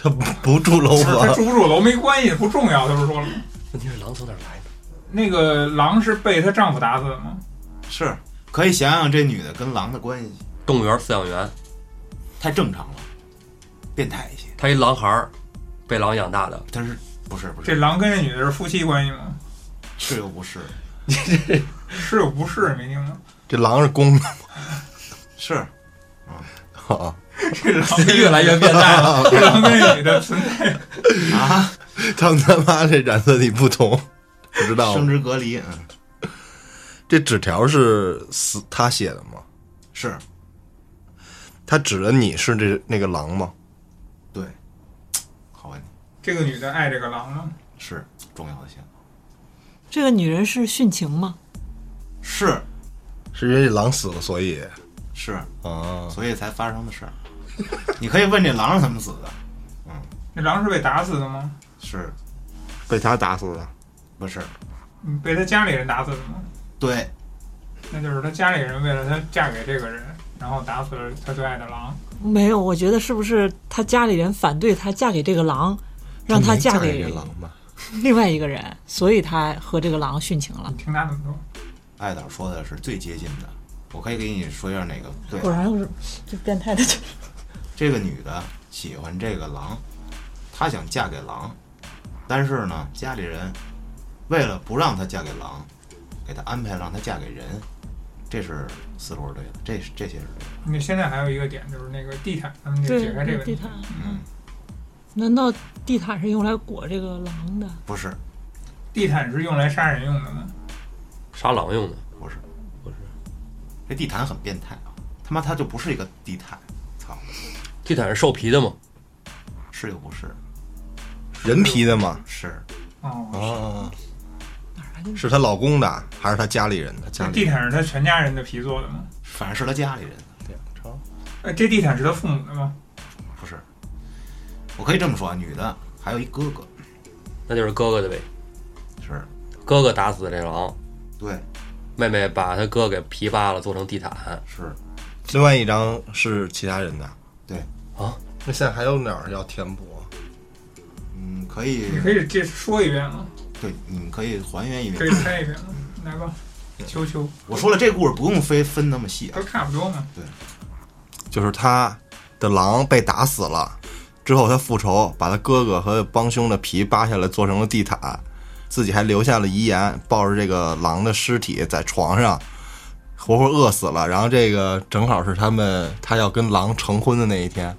Speaker 6: 他不不住楼
Speaker 5: 不是，他
Speaker 6: 房，
Speaker 5: 住不住楼没关系，不重要。他不是说了吗，
Speaker 4: 问题是狼从哪儿来的？
Speaker 5: 那个狼是被她丈夫打死的吗？
Speaker 1: 是，可以想想这女的跟狼的关系，
Speaker 4: 动物园饲养员，
Speaker 1: 太正常了，变态一些。
Speaker 4: 他一狼孩儿，被狼养大的，
Speaker 1: 但是不是不
Speaker 5: 这
Speaker 1: 是，
Speaker 5: 狼跟这女的是夫妻关系吗？
Speaker 1: 是又不是，
Speaker 5: 是有不是没听吗？
Speaker 6: 这狼是公的
Speaker 1: 是
Speaker 6: 啊，
Speaker 5: 这狼
Speaker 4: 越来越变态了。
Speaker 5: 这狼跟这女的存在
Speaker 1: 啊，
Speaker 6: 他们他妈这染色体不同，不知道
Speaker 1: 生
Speaker 6: 吗。
Speaker 1: 殖隔离，嗯，
Speaker 6: 这纸条是死他写的吗？
Speaker 1: 是
Speaker 2: 他指的你是这那个狼吗？
Speaker 1: 对，好问题，
Speaker 5: 这个女的爱这个狼吗？
Speaker 1: 是重要的线索，
Speaker 3: 这个女人是殉情吗？
Speaker 1: 是
Speaker 2: 是因为这狼死了，所以
Speaker 1: 是，
Speaker 2: 啊，
Speaker 1: 所以才发生的事儿。你可以问这狼是怎么死的，
Speaker 5: 那狼是被打死的吗？
Speaker 1: 是
Speaker 2: 被他打死的。
Speaker 1: 不是？
Speaker 5: 嗯被他家里人打死的吗？
Speaker 1: 对，
Speaker 5: 那就是他家里人为了他嫁给这个人，然后打死了他最爱的狼。
Speaker 3: 没有，我觉得是不是她家里人反对她嫁给这个狼，让她
Speaker 2: 没
Speaker 3: 嫁
Speaker 2: 给
Speaker 3: 给
Speaker 2: 这狼吧？
Speaker 3: 另外一个人，所以她和这个狼殉情了
Speaker 5: 你。听他怎么说？
Speaker 1: 爱导说的是最接近的，我可以给你说一下哪个 对。
Speaker 3: 果然是这变态的就
Speaker 1: 这个女的喜欢这个狼，她想嫁给狼，但是呢，家里人为了不让她嫁给狼，给她安排让她嫁给人，这是思路是对的，这是这些是对的。
Speaker 5: 那现在还有一个点就是那个地毯，咱们就解开这个
Speaker 3: 对
Speaker 5: 问
Speaker 3: 地
Speaker 5: 题。
Speaker 3: 毯，
Speaker 1: 嗯，
Speaker 3: 难道地毯是用来裹这个狼的？
Speaker 1: 不是，
Speaker 5: 地毯是用来杀人用的吗？
Speaker 4: 杀狼用的，
Speaker 1: 不是，
Speaker 4: 不是。
Speaker 1: 这地毯很变态啊！他妈，它就不是一个地毯，操，
Speaker 4: 地毯是兽皮的吗？
Speaker 1: 是又不是，
Speaker 2: 人皮的吗？
Speaker 1: 是
Speaker 5: 哦，
Speaker 2: 啊，
Speaker 3: 来的
Speaker 2: 是她老公的还是她家里人的？
Speaker 5: 那地毯是他全家人的皮做的吗？
Speaker 1: 反正是她家里人的，
Speaker 5: 呃，这地毯是他父母的吗？
Speaker 1: 不是。我可以这么说啊，女的还有一哥哥，
Speaker 4: 那就是哥哥的呗。
Speaker 1: 是
Speaker 4: 哥哥打死的这狼，
Speaker 1: 对，
Speaker 4: 妹妹把他哥给皮扒了，做成地毯。
Speaker 1: 是
Speaker 2: 另外一张是其他人的。
Speaker 1: 对
Speaker 4: 啊，
Speaker 2: 那现在还有哪儿要填补？啊
Speaker 1: 嗯，可以
Speaker 5: 你可以这说一遍吗？
Speaker 1: 对，你们可以还原一遍
Speaker 5: 可以。猜一遍吗？来吧，
Speaker 1: 嗯
Speaker 5: 求求，
Speaker 1: 我说了，这故事不用非分那么细啊
Speaker 5: 都。差不多嘛。
Speaker 2: 就是他的狼被打死了之后，他复仇，把他哥哥和帮凶的皮扒下来做成了地毯，自己还留下了遗言，抱着这个狼的尸体在床上活活饿死了。然后这个正好是他们他要跟狼成婚的那一天，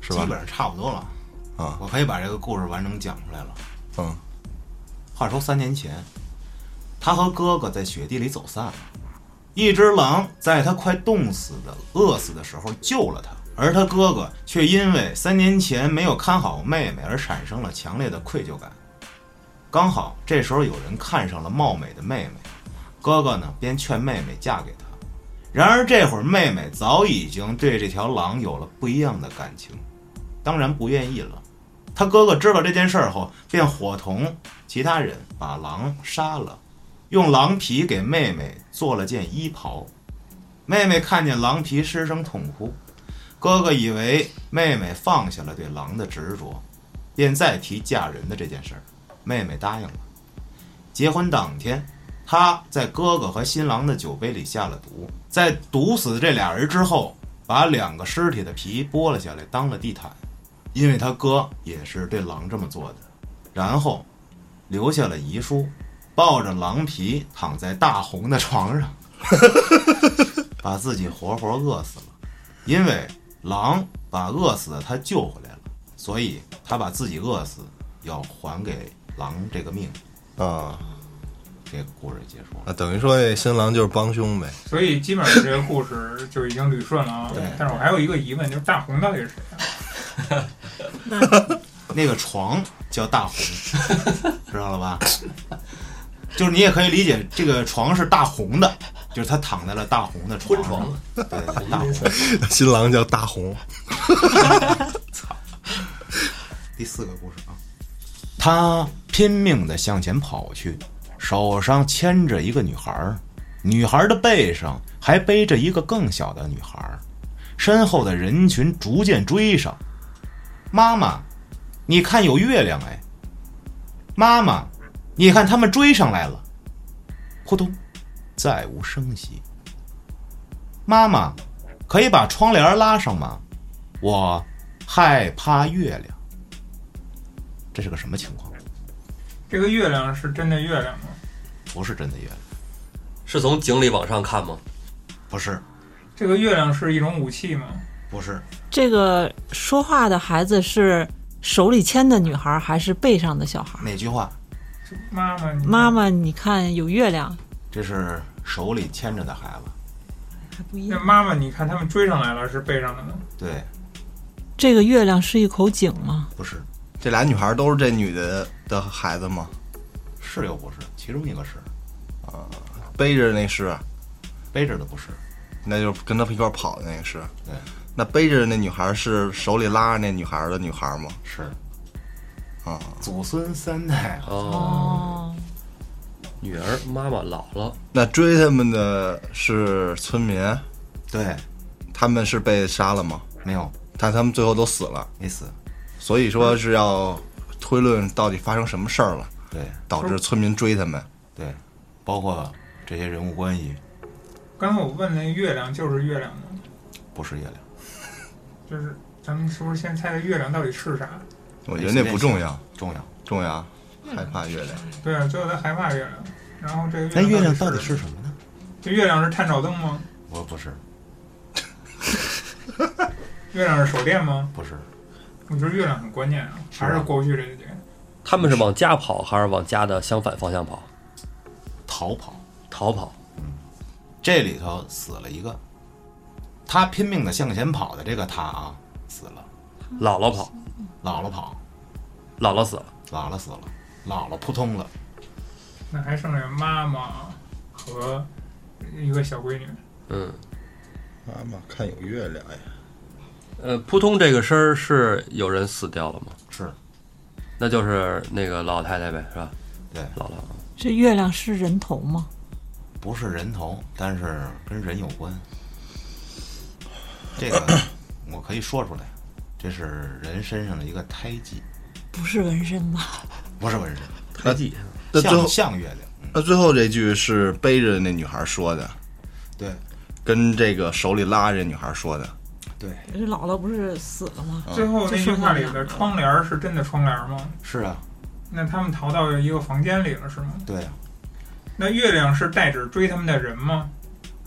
Speaker 2: 是吧
Speaker 1: 基？本上差不多了。
Speaker 2: 啊
Speaker 1: 我可以把这个故事完整讲出来了。
Speaker 2: 嗯，
Speaker 1: 话说三年前，他和哥哥在雪地里走散了，一只狼在他快冻死的、饿死的时候救了他，而他哥哥却因为三年前没有看好妹妹而产生了强烈的愧疚感。刚好这时候有人看上了貌美的妹妹，哥哥呢便劝妹妹嫁给他。然而这会儿妹妹早已经对这条狼有了不一样的感情，当然不愿意了。他哥哥知道这件事儿后，便伙同其他人把狼杀了，用狼皮给妹妹做了件衣袍。妹妹看见狼皮，失声痛哭。哥哥以为妹妹放下了对狼的执着，便再提嫁人的这件事儿。妹妹答应了。结婚当天，他在哥哥和新郎的酒杯里下了毒，在毒死这俩人之后，把两个尸体的皮剥了下来当了地毯，因为他哥也是对狼这么做的。然后留下了遗书，抱着狼皮躺在大红的床上，把自己活活饿死了。因为狼把饿死的他救回来了，所以他把自己饿死，要还给狼这个命。
Speaker 2: 啊、
Speaker 1: 这个故事结束了。
Speaker 2: 那等于说这新郎就是帮凶呗。
Speaker 5: 所以基本上这个故事就已经捋顺了啊
Speaker 1: 对。
Speaker 5: 但是我还有一个疑问，就是大红到底是谁啊？
Speaker 1: 那个床叫大红，知道了吧？就是你也可以理解，这个床是大红的，就是他躺在了大红的床上。对，大红。
Speaker 2: 新郎叫大红，
Speaker 1: 第四个故事啊，他拼命地向前跑去，手上牵着一个女孩儿，女孩儿的背上还背着一个更小的女孩儿，身后的人群逐渐追上。妈妈，你看有月亮哎！妈妈，你看他们追上来了。扑通，再无声息。妈妈，可以把窗帘拉上吗？我害怕月亮。这是个什么情况？
Speaker 5: 这个月亮是真的月亮吗？
Speaker 1: 不是真的月亮，
Speaker 4: 是从井里往上看吗？
Speaker 1: 不是，
Speaker 5: 这个月亮是一种武器吗？
Speaker 1: 不是，
Speaker 3: 这个说话的孩子是手里牵的女孩，还是背上的小孩？
Speaker 1: 哪句话？
Speaker 5: 这妈妈，你
Speaker 3: 妈，妈，你看有月亮，
Speaker 1: 这是手里牵着的孩子，
Speaker 3: 还不一
Speaker 5: 那
Speaker 3: 样。
Speaker 5: 妈妈，你看他们追上来了，是背上的呢。
Speaker 1: 对，
Speaker 3: 这个月亮是一口井吗？
Speaker 1: 不是，
Speaker 2: 这俩女孩都是这女的的孩子吗？
Speaker 1: 是又不是，其中一个是，
Speaker 2: 背着那是，
Speaker 1: 背着的不是，
Speaker 2: 那就是跟他一块儿跑的那个是。
Speaker 1: 对，
Speaker 2: 那背着那女孩是手里拉着那女孩的女孩吗？
Speaker 1: 是
Speaker 2: 啊、
Speaker 1: 祖孙三代啊，
Speaker 4: 哦，
Speaker 3: 哦，
Speaker 4: 女儿妈妈老了，
Speaker 2: 那追他们的是村民，
Speaker 1: 对，
Speaker 2: 他们是被杀了吗？
Speaker 1: 没有
Speaker 2: 但他们最后都死了，
Speaker 1: 没死，
Speaker 2: 所以说是要推论到底发生什么事儿了，
Speaker 1: 对
Speaker 2: 导致村民追他们。
Speaker 1: 对，包括这些人物关系
Speaker 5: 刚才我问那月亮就是月亮吗？
Speaker 1: 不是月亮，
Speaker 5: 就是咱们是不是先猜猜月亮到底是啥？
Speaker 2: 我觉得那不重要，
Speaker 1: 重要。
Speaker 2: 重要害怕月亮。
Speaker 5: 对啊，最后他害怕月亮。然后这
Speaker 1: 那
Speaker 5: 个
Speaker 1: 哎月
Speaker 5: 月
Speaker 1: 亮
Speaker 5: 亮
Speaker 1: 到底
Speaker 5: 是
Speaker 1: 是什么呢？
Speaker 5: 这月亮是探照灯吗？
Speaker 1: 我不是，
Speaker 5: 月亮是手电吗？
Speaker 1: 不是，
Speaker 5: 我觉得月亮很关键啊，还是过去这一点。
Speaker 4: 他们是往家跑还是往家的相反方向跑？
Speaker 1: 逃跑。
Speaker 4: 逃跑。
Speaker 1: 这里头死了一个，他拼命的向前跑的这个他啊，死了，
Speaker 4: 姥姥跑，
Speaker 1: 姥姥跑，
Speaker 4: 姥姥死了，
Speaker 1: 姥姥死了，姥姥扑通了，
Speaker 5: 那还剩下妈妈和一个小闺女。
Speaker 4: 嗯。
Speaker 2: 妈妈看有月亮呀，
Speaker 4: 呃，扑通这个声儿是有人死掉了吗？
Speaker 1: 是
Speaker 4: 那就是那个老太太呗，是吧？
Speaker 1: 对
Speaker 4: 姥啊姥。
Speaker 3: 这月亮是人头吗？
Speaker 1: 不是人头？但是跟人有关。这 个我可以说出来，这是人身上的一个胎记，
Speaker 3: 不是纹身吧？
Speaker 1: 不是纹
Speaker 4: 胎记。
Speaker 2: 那
Speaker 1: 身，
Speaker 2: 最后
Speaker 1: 像像月亮，嗯
Speaker 2: 那最后这句是背着那女孩说的，
Speaker 1: 对
Speaker 2: 跟这个手里拉着这女孩说的。
Speaker 1: 对，
Speaker 3: 这姥姥不是死了吗？
Speaker 5: 最后那句话里的窗帘儿是真的窗帘儿吗？
Speaker 1: 是啊，
Speaker 5: 那他们逃到一个房间里了是吗？
Speaker 1: 对啊，
Speaker 5: 那月亮是代指追他们的人吗？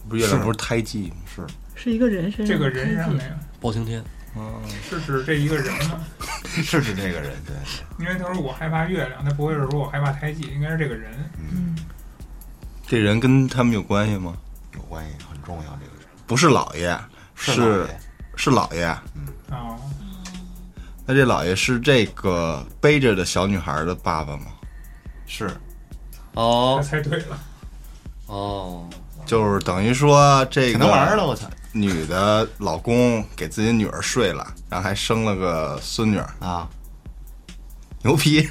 Speaker 2: 不是月亮不是胎记吗？
Speaker 1: 是
Speaker 3: 是一个人身上
Speaker 5: 这个人是什么呀？
Speaker 4: 包青天，
Speaker 5: 是指这一个人吗？
Speaker 1: 是指这个人，对对，
Speaker 5: 因为他说我害怕月亮，他不会是说我害怕胎记，应该是这个人。
Speaker 3: 嗯，
Speaker 2: 这人跟他们有关系吗？
Speaker 1: 有关系，很重要，这个人
Speaker 2: 不是老爷，
Speaker 1: 姥
Speaker 2: 是
Speaker 1: 爷
Speaker 2: 是老爷。
Speaker 5: 哦，
Speaker 2: 那这老爷是这个背着的小女孩的爸爸吗？
Speaker 1: 是
Speaker 5: 他
Speaker 4: 哦
Speaker 5: 猜对了。
Speaker 4: 哦，
Speaker 2: 就是等于说这
Speaker 1: 挺能玩的，
Speaker 2: 个
Speaker 1: 我操
Speaker 2: 女的老公给自己女儿睡了，然后还生了个孙女儿，
Speaker 1: 啊！
Speaker 2: 牛批！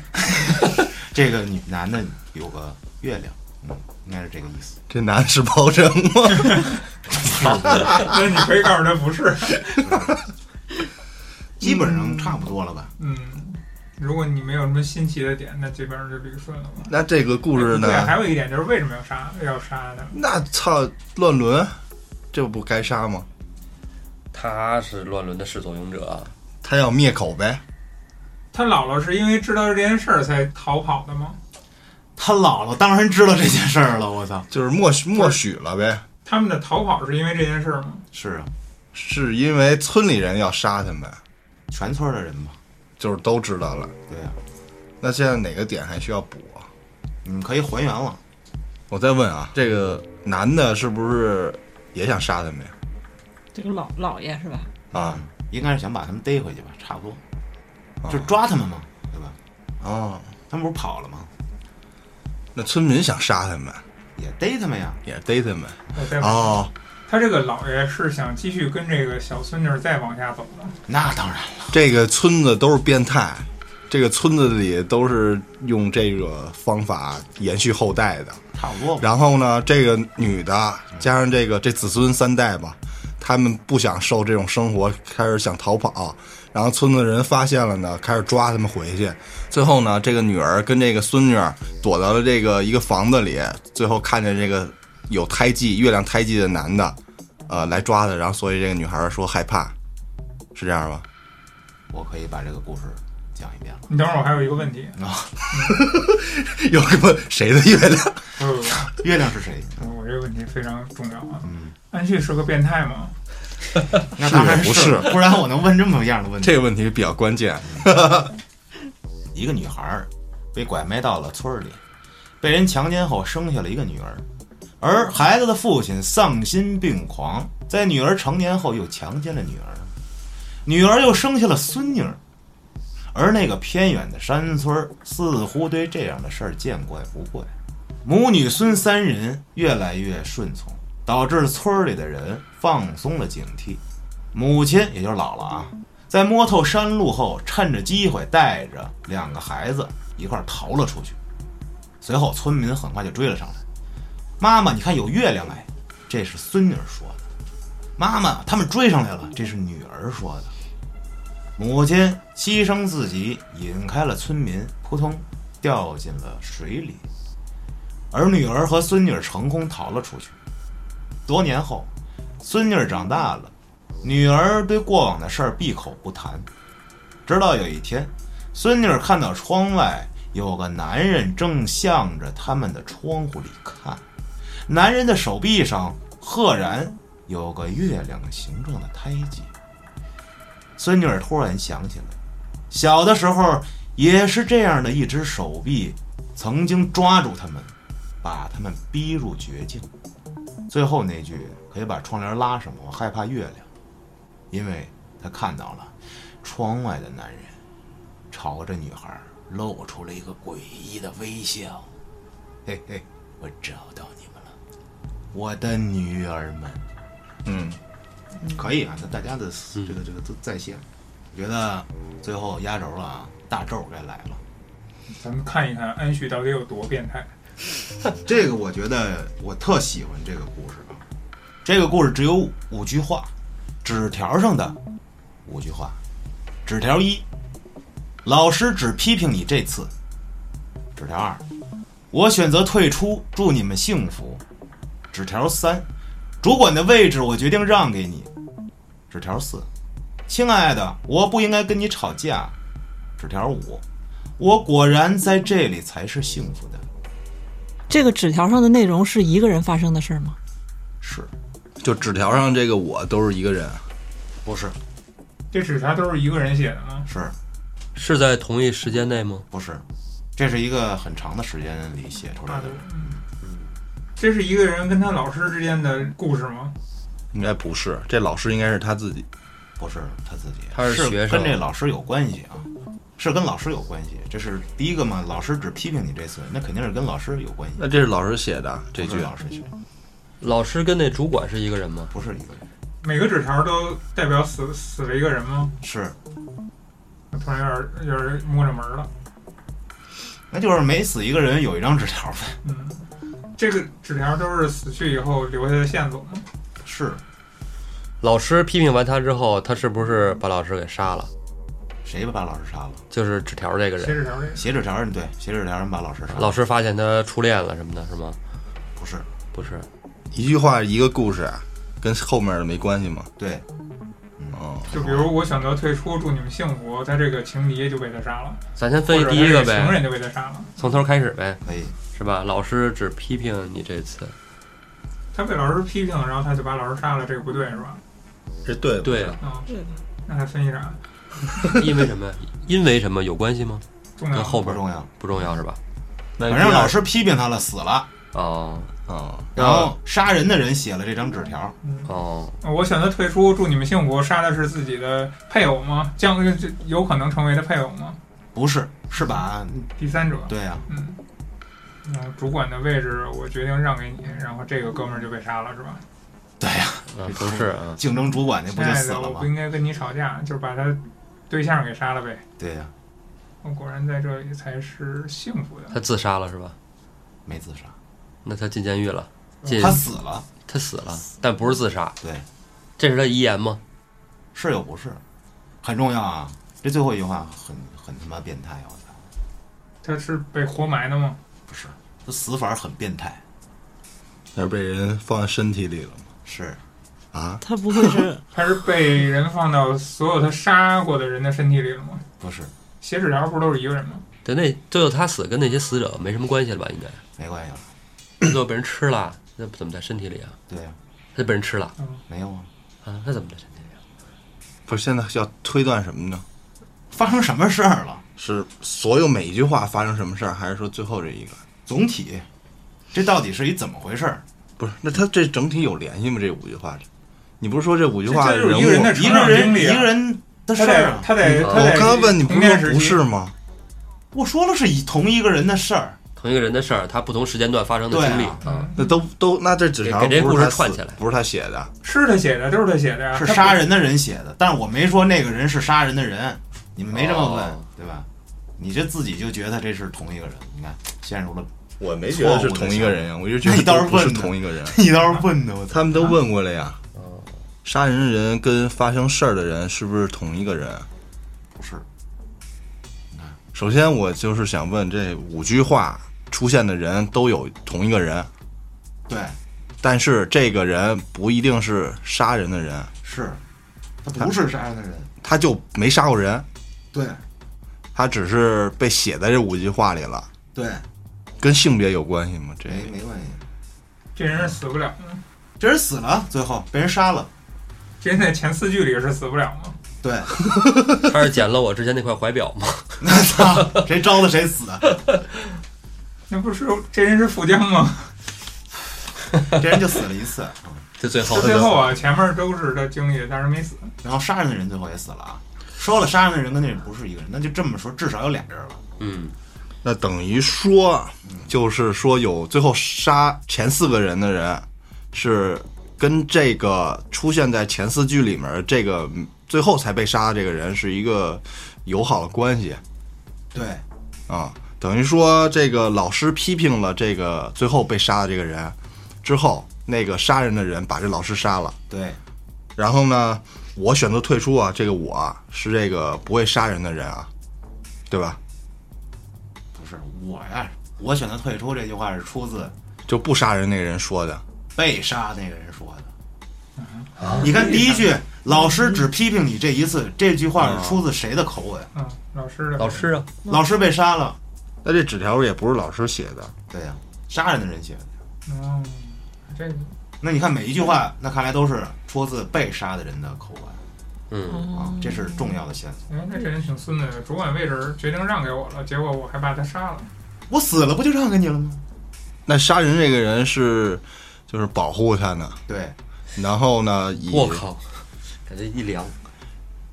Speaker 1: 这个女男的有个月亮，嗯，应该是这个 意思。
Speaker 2: 这男的是包拯吗？
Speaker 5: 那你可以告诉他不是。
Speaker 1: 基本上差不多了吧？
Speaker 5: 嗯，如果你没有什么新奇的点，那基本上就捋顺了吧。
Speaker 2: 那这个故事呢
Speaker 5: 对，？还有一点就是为什么要杀要杀他们？
Speaker 2: 那操，乱伦，这不该杀吗？
Speaker 4: 他是乱伦的始作俑者啊。
Speaker 2: 他要灭口呗？
Speaker 5: 他姥姥是因为知道这件事儿才逃跑的吗？
Speaker 1: 他姥姥当然知道这件事儿了，我操！
Speaker 2: 就是默许默许了呗？
Speaker 5: 他们的逃跑是因为这件事儿吗？
Speaker 1: 是啊，
Speaker 2: 是因为村里人要杀他们，
Speaker 1: 全村的人嘛。
Speaker 2: 就是都知道了。
Speaker 1: 对啊，
Speaker 2: 那现在哪个点还需要补啊？
Speaker 1: 你们可以还原了。
Speaker 2: 我再问啊，这个男的是不是也想杀他们呀？
Speaker 3: 这个老姥爷是吧？
Speaker 2: 啊
Speaker 1: 应该是想把他们逮回去吧，差不多，就抓他们嘛，对吧？
Speaker 2: 哦，
Speaker 1: 他们不是跑了吗？
Speaker 2: 那村民想杀他们，
Speaker 1: 也逮他们呀，
Speaker 2: 也是逮他们
Speaker 5: 我在
Speaker 2: 哦。
Speaker 5: 他这个姥爷是想继续跟这个小孙女儿再往下走的。
Speaker 1: 那当然了，
Speaker 2: 这个村子都是变态，这个村子里都是用这个方法延续后代的。
Speaker 1: 差不多吧。
Speaker 2: 然后呢，这个女的加上这个这子孙三代吧，他们不想受这种生活，开始想逃跑。然后村子人发现了呢，开始抓他们回去。最后呢，这个女儿跟这个孙女儿躲到了这个一个房子里，最后看见这个有胎记、月亮胎记的男的，呃，来抓她。然后所以这个女孩说害怕，是这样吧？
Speaker 1: 我可以把这个故事讲一遍了。
Speaker 5: 你等会儿我还有一个问题，
Speaker 2: 有什么谁的月亮？
Speaker 5: 不不不
Speaker 1: 月亮是谁？
Speaker 5: 不，我这个问题非常重要啊。安旭是个变态吗？
Speaker 1: 那当然
Speaker 2: 不
Speaker 1: 是
Speaker 2: 是，
Speaker 1: 不然我能问这么样的问题？
Speaker 2: 这个问题比较关键。
Speaker 1: 一个女孩儿被拐卖到了村儿里，被人强奸后生下了一个女儿，而孩子的父亲丧心病狂，在女儿成年后又强奸了女儿，女儿又生下了孙女儿。而那个偏远的山村儿似乎对这样的事儿见怪不怪，母女孙三人越来越顺从，导致村儿里的人放松了警惕。母亲也就是姥姥啊，在摸透山路后，趁着机会带着两个孩子一块儿逃了出去。随后村民很快就追了上来。妈妈，你看有月亮哎，这是孙女儿说的。妈妈，他们追上来了，这是女儿说的。母亲牺牲自己，引开了村民，扑通掉进了水里，而女儿和孙女儿乘空逃了出去。多年后，孙女儿长大了，女儿对过往的事儿闭口不谈。直到有一天，孙女儿看到窗外有个男人正向着他们的窗户里看，男人的手臂上赫然有个月亮形状的胎记。孙女儿突然想起来，小的时候也是这样的一只手臂，曾经抓住他们，把他们逼入绝境。最后那句可以把窗帘拉上吗？我害怕月亮，因为他看到了窗外的男人朝着女孩露出了一个诡异的微笑。嘿嘿，我找到你们了，我的女儿们。
Speaker 2: 嗯，
Speaker 1: 可以啊，那大家的思这个这个都在线，我觉得最后压轴了啊，大咒该来了。
Speaker 5: 咱们看一看安旭到底有多变态。
Speaker 1: 这个我觉得我特喜欢这个故事啊，这个故事只有五句话，纸条上的五句话。纸条一，老师只批评你这次。纸条二，我选择退出，祝你们幸福。纸条三，主管的位置我决定让给你。纸条四，亲爱的，我不应该跟你吵架。纸条五，我果然在这里才是幸福的。
Speaker 3: 这个纸条上的内容是一个人发生的事儿吗？
Speaker 1: 是，
Speaker 2: 就纸条上这个我都是一个人，
Speaker 1: 不是？
Speaker 5: 这纸条都是一个人写的啊，
Speaker 1: 是
Speaker 4: 是在同一时间内吗？
Speaker 1: 不是？这是一个很长的时间里写出
Speaker 5: 嗯
Speaker 1: 来的。
Speaker 5: 这是一个人跟他老师之间的故事吗？
Speaker 2: 应该不是。这老师应该是他自己，
Speaker 1: 不是他自己，
Speaker 4: 他是学生
Speaker 1: 跟这老师有关系啊，是跟老师有关系。这是第一个嘛，老师只批评你这次，那肯定是跟老师有关系。
Speaker 2: 那这是老师写的这
Speaker 1: 不
Speaker 2: 句
Speaker 1: 是，老师写，
Speaker 4: 老师跟那主管是一个人吗？
Speaker 1: 不是一个人，
Speaker 5: 每个纸条都代表死死了一个人吗？
Speaker 1: 是，
Speaker 5: 我突然有点有点摸着门了。
Speaker 1: 那就是每死一个人有一张纸条呗。
Speaker 5: 嗯，这个纸条都是死去以后留下的线索吗？
Speaker 1: 是，
Speaker 4: 老师批评完他之后，他是不是把老师给杀了？
Speaker 1: 谁把老师杀了？
Speaker 4: 就是纸条这个
Speaker 5: 写
Speaker 4: 人，
Speaker 5: 纸条这个
Speaker 1: 写纸条人对，写纸条人把老师杀了。
Speaker 4: 老师发现他初恋了什么的，是吗？
Speaker 1: 不是，
Speaker 4: 不是，
Speaker 2: 一句话一个故事，跟后面的没关系吗？
Speaker 1: 对，
Speaker 2: 哦，
Speaker 5: 就比如我选择退出，祝你们幸福，他这个情敌就被他杀了，
Speaker 4: 咱先
Speaker 5: 或
Speaker 4: 分析
Speaker 5: 者
Speaker 4: 第一个
Speaker 5: 他这情
Speaker 4: 呗，
Speaker 5: 人就被他杀了。
Speaker 4: 从头开始呗，
Speaker 1: 可以，
Speaker 4: 是吧？老师只批评你这次，
Speaker 5: 他被老师批评，然后他就把老师杀了，这个不对是吧？
Speaker 2: 这对吗
Speaker 4: 对，啊，
Speaker 5: 啊、
Speaker 3: 对的。
Speaker 5: 那还分析啥？
Speaker 4: 因为什么？因为什么有关系吗？
Speaker 5: 重要
Speaker 4: 跟后
Speaker 1: 不
Speaker 4: 边
Speaker 1: 重要。
Speaker 4: 不重要是吧？
Speaker 2: 那
Speaker 1: 反正老师批评他了，死了，
Speaker 4: 哦
Speaker 2: 啊，
Speaker 1: 然
Speaker 4: 嗯
Speaker 1: 后杀人的人写了这张纸条。
Speaker 4: 哦，
Speaker 5: 啊我选择退出，祝你们幸福。杀的是自己的配偶吗？将这有可能成为的配偶吗？
Speaker 1: 不是，是把
Speaker 5: 第三者，
Speaker 1: 对啊呀、
Speaker 5: 嗯，然后主管的位置我决定让给你，然后这个哥们儿就被杀了是吧？
Speaker 1: 对呀、
Speaker 4: 啊，不是啊，
Speaker 1: 竞争主管那不
Speaker 5: 亲
Speaker 1: 就
Speaker 5: 爱
Speaker 1: 死
Speaker 5: 的，
Speaker 1: 了
Speaker 5: 我
Speaker 1: 吗
Speaker 5: 不？应该跟你吵架，就是把他对象给杀了呗。
Speaker 1: 对呀、
Speaker 5: 我果然在这里才是幸福的。
Speaker 4: 他自杀了是吧？
Speaker 1: 没自杀，
Speaker 4: 那他进监狱了，进
Speaker 1: 嗯他死了，
Speaker 4: 他死了，但不是自杀，
Speaker 1: 对，
Speaker 4: 这是他遗言吗？
Speaker 1: 是又不是，很重要啊。这最后一句话很很他妈变态，我操，
Speaker 5: 他是被活埋的吗？
Speaker 1: 不是，这死法很变态，
Speaker 2: 那是被人放在身体里了吗？
Speaker 1: 是
Speaker 2: 啊，
Speaker 3: 他不会是
Speaker 5: 他是被人放到所有他杀过的人的身体里了吗？
Speaker 1: 不是？
Speaker 5: 写纸条不都是一个人吗？
Speaker 4: 对，那最后他死跟那些死者没什么关系了吧？应该
Speaker 1: 没关系了，
Speaker 4: 最后被人吃了，那怎么在身体里啊？
Speaker 1: 对呀、
Speaker 4: 他就被人吃了
Speaker 1: 没有啊。
Speaker 4: 啊？那怎么在身体里啊？
Speaker 2: 不是现在要推断什么呢？
Speaker 1: 发生什么事儿了？
Speaker 2: 是所有每一句话发生什么事儿，还是说最后这一个？
Speaker 1: 总体，这到底是一怎么回事儿？
Speaker 2: 不是，那他这整体有联系吗？这五句话里，你不是说这五句
Speaker 5: 这
Speaker 2: 话
Speaker 5: 这就是
Speaker 2: 人
Speaker 5: 一个人的
Speaker 2: 物？
Speaker 5: 成
Speaker 1: 一个
Speaker 5: 长
Speaker 1: 人
Speaker 5: 经历
Speaker 1: 一
Speaker 5: 啊，
Speaker 1: 个人的
Speaker 5: 他
Speaker 1: 事儿
Speaker 5: 得
Speaker 1: 啊。
Speaker 5: 他得
Speaker 4: 嗯
Speaker 5: 他
Speaker 2: 我
Speaker 5: 得
Speaker 2: 刚才问你不
Speaker 5: 童
Speaker 2: 是
Speaker 5: 年
Speaker 2: 说
Speaker 5: 时
Speaker 2: 不
Speaker 5: 期
Speaker 2: 是吗？
Speaker 1: 我说了是以同一个人的事儿，
Speaker 4: 同一个人的事儿，他不同时间段发生的
Speaker 1: 对啊
Speaker 4: 经历
Speaker 5: 嗯
Speaker 4: 啊，
Speaker 2: 那都都那这纸条
Speaker 4: 给这
Speaker 2: 不是
Speaker 4: 故事
Speaker 2: 他
Speaker 4: 串
Speaker 2: 死
Speaker 4: 起来
Speaker 2: 不是他写的，
Speaker 5: 是他写的，都是他写的呀，
Speaker 1: 是
Speaker 5: 他
Speaker 1: 杀人的人写的，但是我没说那个人是杀人的人，你们没这么问，
Speaker 4: 哦
Speaker 1: 对吧？你这自己就觉得这是同一个人，你看陷入了，
Speaker 2: 我没觉得是同一个人呀，啊 我一直觉
Speaker 1: 那你倒
Speaker 2: 得
Speaker 1: 是
Speaker 2: 不是
Speaker 1: 问呢
Speaker 2: 同一个 人。啊
Speaker 1: 你倒是问的，我操！
Speaker 2: 他们都问过了呀，杀人的人跟发生事儿的人是不是同一个人？
Speaker 1: 不是，
Speaker 2: 首先，我就是想问，这五句话出现的人都有同一个人，
Speaker 1: 对，
Speaker 2: 但是这个人不一定是杀人的人，
Speaker 1: 是，他不是杀人的人，
Speaker 2: 他就没杀过人，
Speaker 1: 对
Speaker 2: 他只是被写在这五句话里了，
Speaker 1: 对，
Speaker 2: 跟性别有关系吗？这
Speaker 1: 没没关系。
Speaker 5: 这人是死不了，
Speaker 1: 这人死了，最后被人杀了，
Speaker 5: 这人在前四句里是死不了吗？
Speaker 1: 对，
Speaker 4: 啊他是捡了我之前那块怀表嘛，
Speaker 1: 那操，谁招的谁死，
Speaker 5: 那不是这人是富江吗？
Speaker 1: 这人就死了一次，嗯
Speaker 4: 这最
Speaker 2: 哦
Speaker 4: 后
Speaker 5: 他最后啊，前面都是他经历，但是没死。
Speaker 1: 然后杀人的人最后也死了啊。说了杀人的人跟那人不是一个人，那就这么说，至少有俩人了。
Speaker 4: 嗯，
Speaker 2: 那等于说，啊就是说有最后杀前四个人的人，是跟这个出现在前四句里面这个嗯最后才被杀的这个人是一个友好的关系
Speaker 1: 对，
Speaker 2: 啊。等于说，这个老师批评了这个最后被杀的这个人之后，那个杀人的人把这老师杀了。
Speaker 1: 对，
Speaker 2: 然后呢，我选择退出啊，这个我啊是这个不会杀人的人啊，对吧？
Speaker 1: 不是我呀，我选择退出这句话是出自
Speaker 2: 就不杀人那个人说的。
Speaker 1: 被杀那个人说的。嗯啊你看第一句，老师只批评你这一次，这句话是出自谁的口吻？
Speaker 5: 嗯，老师的
Speaker 4: 老师啊，
Speaker 1: 老师被杀了，
Speaker 2: 那这纸条也不是老师写的，
Speaker 1: 对呀、杀人的人写的。
Speaker 5: 嗯，这个
Speaker 1: 那你看每一句话，那看来都是出自被杀的人的口吻
Speaker 4: 嗯，
Speaker 1: 啊，这是重要的线索。
Speaker 5: 哎，那这人挺孙子的，主管位置决定让给我了，结果我还把他杀了。
Speaker 1: 我死了不就让给你了吗？
Speaker 2: 那杀人这个人是就是保护他呢，
Speaker 1: 对，
Speaker 2: 然后呢以
Speaker 4: 我靠，感觉一凉，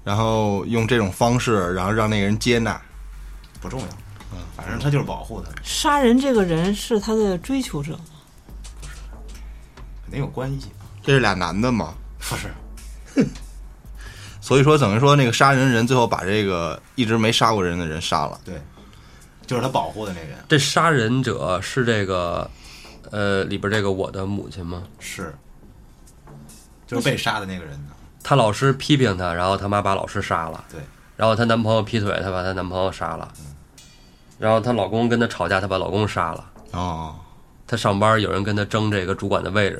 Speaker 2: 然后用这种方式，然后让那个人接纳。
Speaker 1: 不重要，反正他就是保护他，
Speaker 3: 杀人这个人是他的追求者，
Speaker 1: 肯定有关系。
Speaker 2: 这是俩男的嘛，
Speaker 1: 不是，
Speaker 2: 所以说等于说那个杀人人最后把这个一直没杀过人的人杀了，
Speaker 1: 对，就是他保护的那个人
Speaker 4: 这杀人者是这个呃里边这个我的母亲吗？
Speaker 1: 是，就是被杀的那个人呢。
Speaker 4: 她老师批评她，然后她妈把老师杀了，
Speaker 1: 对，嗯
Speaker 4: 然后她男朋友劈腿，她把她男朋友杀了，然后她老公跟她吵架，她把老公杀了，
Speaker 2: 哦，
Speaker 4: 她上班有人跟她争这个主管的位置，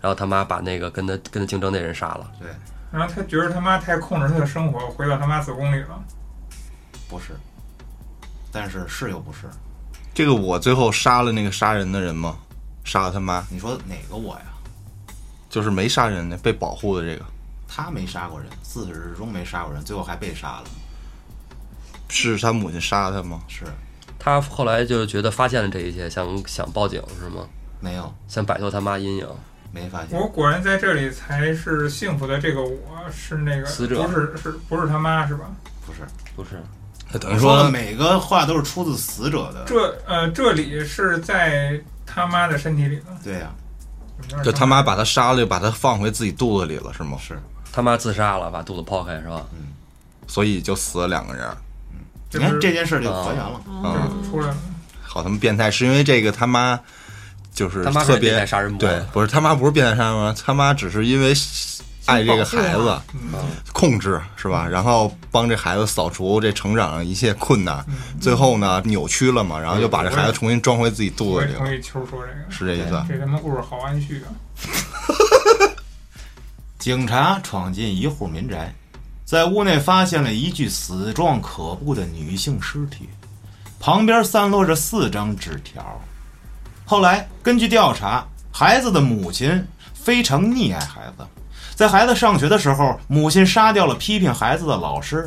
Speaker 4: 然后她妈把那个跟她跟她竞争那人杀了，
Speaker 1: 对，
Speaker 5: 然后他觉得他妈太控制他的生活，回到他妈子宫里了。
Speaker 1: 不是，但是是又不是。
Speaker 2: 这个我最后杀了那个杀人的人吗？杀了他妈，
Speaker 1: 你说哪个我呀？
Speaker 2: 就是没杀人的被保护的这个
Speaker 1: 他没杀过人，自始至终没杀过人，最后还被杀了。
Speaker 2: 是他母亲杀的他吗？
Speaker 1: 是
Speaker 4: 她后来就觉得发现了这一切，想想报警是吗？
Speaker 1: 没有
Speaker 4: 想摆脱她妈阴影，
Speaker 1: 没发现，
Speaker 5: 我果然在这里才是幸福的，这个我是那个
Speaker 4: 死者
Speaker 5: 不是是不是他妈是吧？
Speaker 1: 不是。
Speaker 4: 不是，
Speaker 2: 那等
Speaker 1: 我
Speaker 2: 于
Speaker 1: 说的
Speaker 2: 说
Speaker 1: 每个话都是出自死者的。
Speaker 5: 这呃这里是在他妈的身体里呢，
Speaker 1: 对呀、
Speaker 2: 就他妈把他杀了，又把他放回自己肚子里了是吗？
Speaker 1: 是
Speaker 4: 她妈自杀了，把肚子剖开是吧？
Speaker 2: 所以就死了两个人。
Speaker 5: 就
Speaker 1: 你
Speaker 5: 是
Speaker 1: 看这件事就还原了。
Speaker 5: 就是出来了。
Speaker 2: 好他妈变态，是因为这个他妈就是
Speaker 4: 他妈
Speaker 2: 特
Speaker 4: 是变
Speaker 2: 别
Speaker 4: 态杀人魔
Speaker 2: 对，不是他妈不是变态杀人魔，他妈只是因为爱这个孩子
Speaker 5: 嗯，
Speaker 2: 控制是
Speaker 4: 嗯
Speaker 2: 吧？然后帮这孩子扫除这成长上一切困难，最后呢扭曲了嘛，然后又把这孩子重新装回自己肚
Speaker 5: 我
Speaker 2: 子
Speaker 5: 也
Speaker 2: 里
Speaker 5: 同
Speaker 2: 了，
Speaker 5: 意秋说这个，
Speaker 2: 是这意思？
Speaker 5: 这他妈故事好安续啊！
Speaker 1: 警察闯进一户民宅，在屋内发现了一具死状可怖的女性尸体，旁边散落着四张纸条。后来根据调查，孩子的母亲非常溺爱孩子，在孩子上学的时候，母亲杀掉了批评孩子的老师；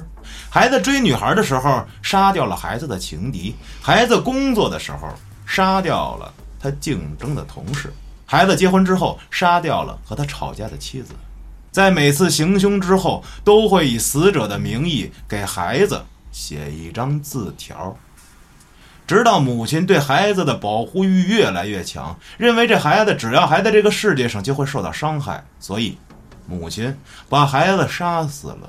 Speaker 1: 孩子追女孩的时候，杀掉了孩子的情敌；孩子工作的时候，杀掉了他竞争的同事。孩子结婚之后，杀掉了和他吵架的妻子，在每次行凶之后，都会以死者的名义给孩子写一张字条，直到母亲对孩子的保护欲越来越强，认为这孩子只要还在这个世界上就会受到伤害，所以母亲把孩子杀死了，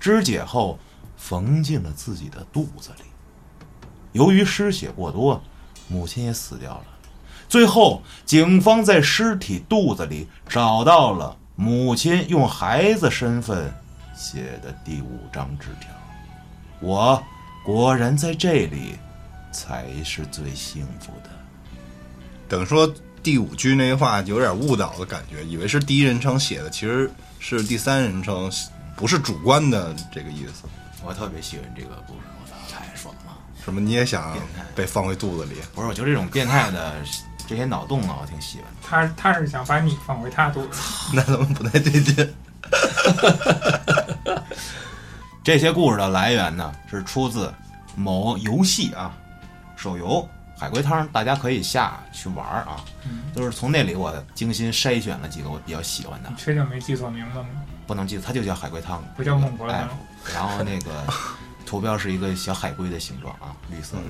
Speaker 1: 肢解后缝进了自己的肚子里。由于失血过多，母亲也死掉了。最后，警方在尸体肚子里找到了母亲用孩子身份写的第五张纸条。我果然在这里才是最幸福的。
Speaker 2: 等于说第五句那话有点误导的感觉，以为是第一人称写的，其实是第三人称，不是主观的这个意思。
Speaker 1: 我特别喜欢这个故事，我操，太爽了！
Speaker 2: 什么你也想
Speaker 1: 变态
Speaker 2: 被放回肚子里？
Speaker 1: 不是，我觉得这种变态的这些脑洞啊，我挺喜欢的。
Speaker 5: 他他是想把你放回他肚子，
Speaker 2: 那怎么不太对劲？
Speaker 1: 这些故事的来源呢，是出自某游戏啊，手游《海龟汤》，大家可以下去玩儿啊。
Speaker 5: 嗯
Speaker 1: 就是从那里我精心筛选了几个我比较喜欢的
Speaker 5: 你，确定没记错名字吗？
Speaker 1: 不能记得，它就叫海龟汤，
Speaker 5: 不叫孟婆
Speaker 1: 哎
Speaker 5: 汤，
Speaker 1: 然后那 个图标是一个小海龟的形状啊，绿色的，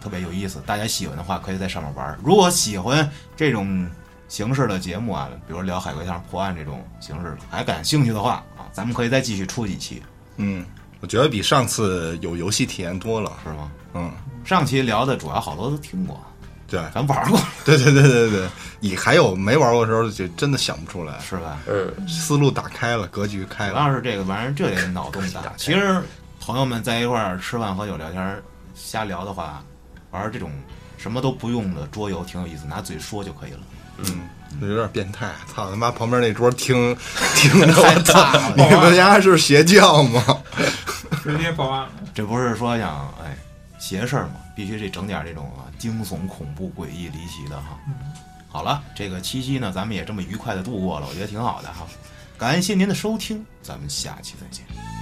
Speaker 1: 特别有意思。大家喜欢的话，可以在上面玩儿。如果喜欢这种形式的节目啊，比如聊海龟汤破案这种形式，还感兴趣的话啊，咱们可以再继续出几期，
Speaker 2: 嗯，我觉得比上次有游戏体验多了。
Speaker 1: 是吗？
Speaker 2: 嗯，
Speaker 1: 上期聊的主要好多都听过，
Speaker 2: 对，
Speaker 1: 咱玩过
Speaker 2: 对对对对对，你还有没玩过的时候，就真的想不出来，
Speaker 1: 是吧？
Speaker 4: 嗯，
Speaker 2: 思路打开了，格局开
Speaker 1: 主
Speaker 2: 了。
Speaker 1: 要是这个玩意儿，这得脑洞大。其实朋友们在一块儿吃饭、喝酒、聊天儿、瞎聊的话，玩儿这种什么都不用的桌游挺有意思，拿嘴说就可以了。
Speaker 2: 嗯，有点变态。操他妈，旁边那桌听 听着，我操
Speaker 1: 大了，
Speaker 2: 你们家是邪教吗？
Speaker 5: 直接报案了。
Speaker 1: 这不是说想哎邪事儿嘛，必须得整点这种啊惊悚、恐怖、诡异、离奇的哈。好了，这个七夕呢，咱们也这么愉快的度过了，我觉得挺好的哈。感谢您的收听，咱们下期再见。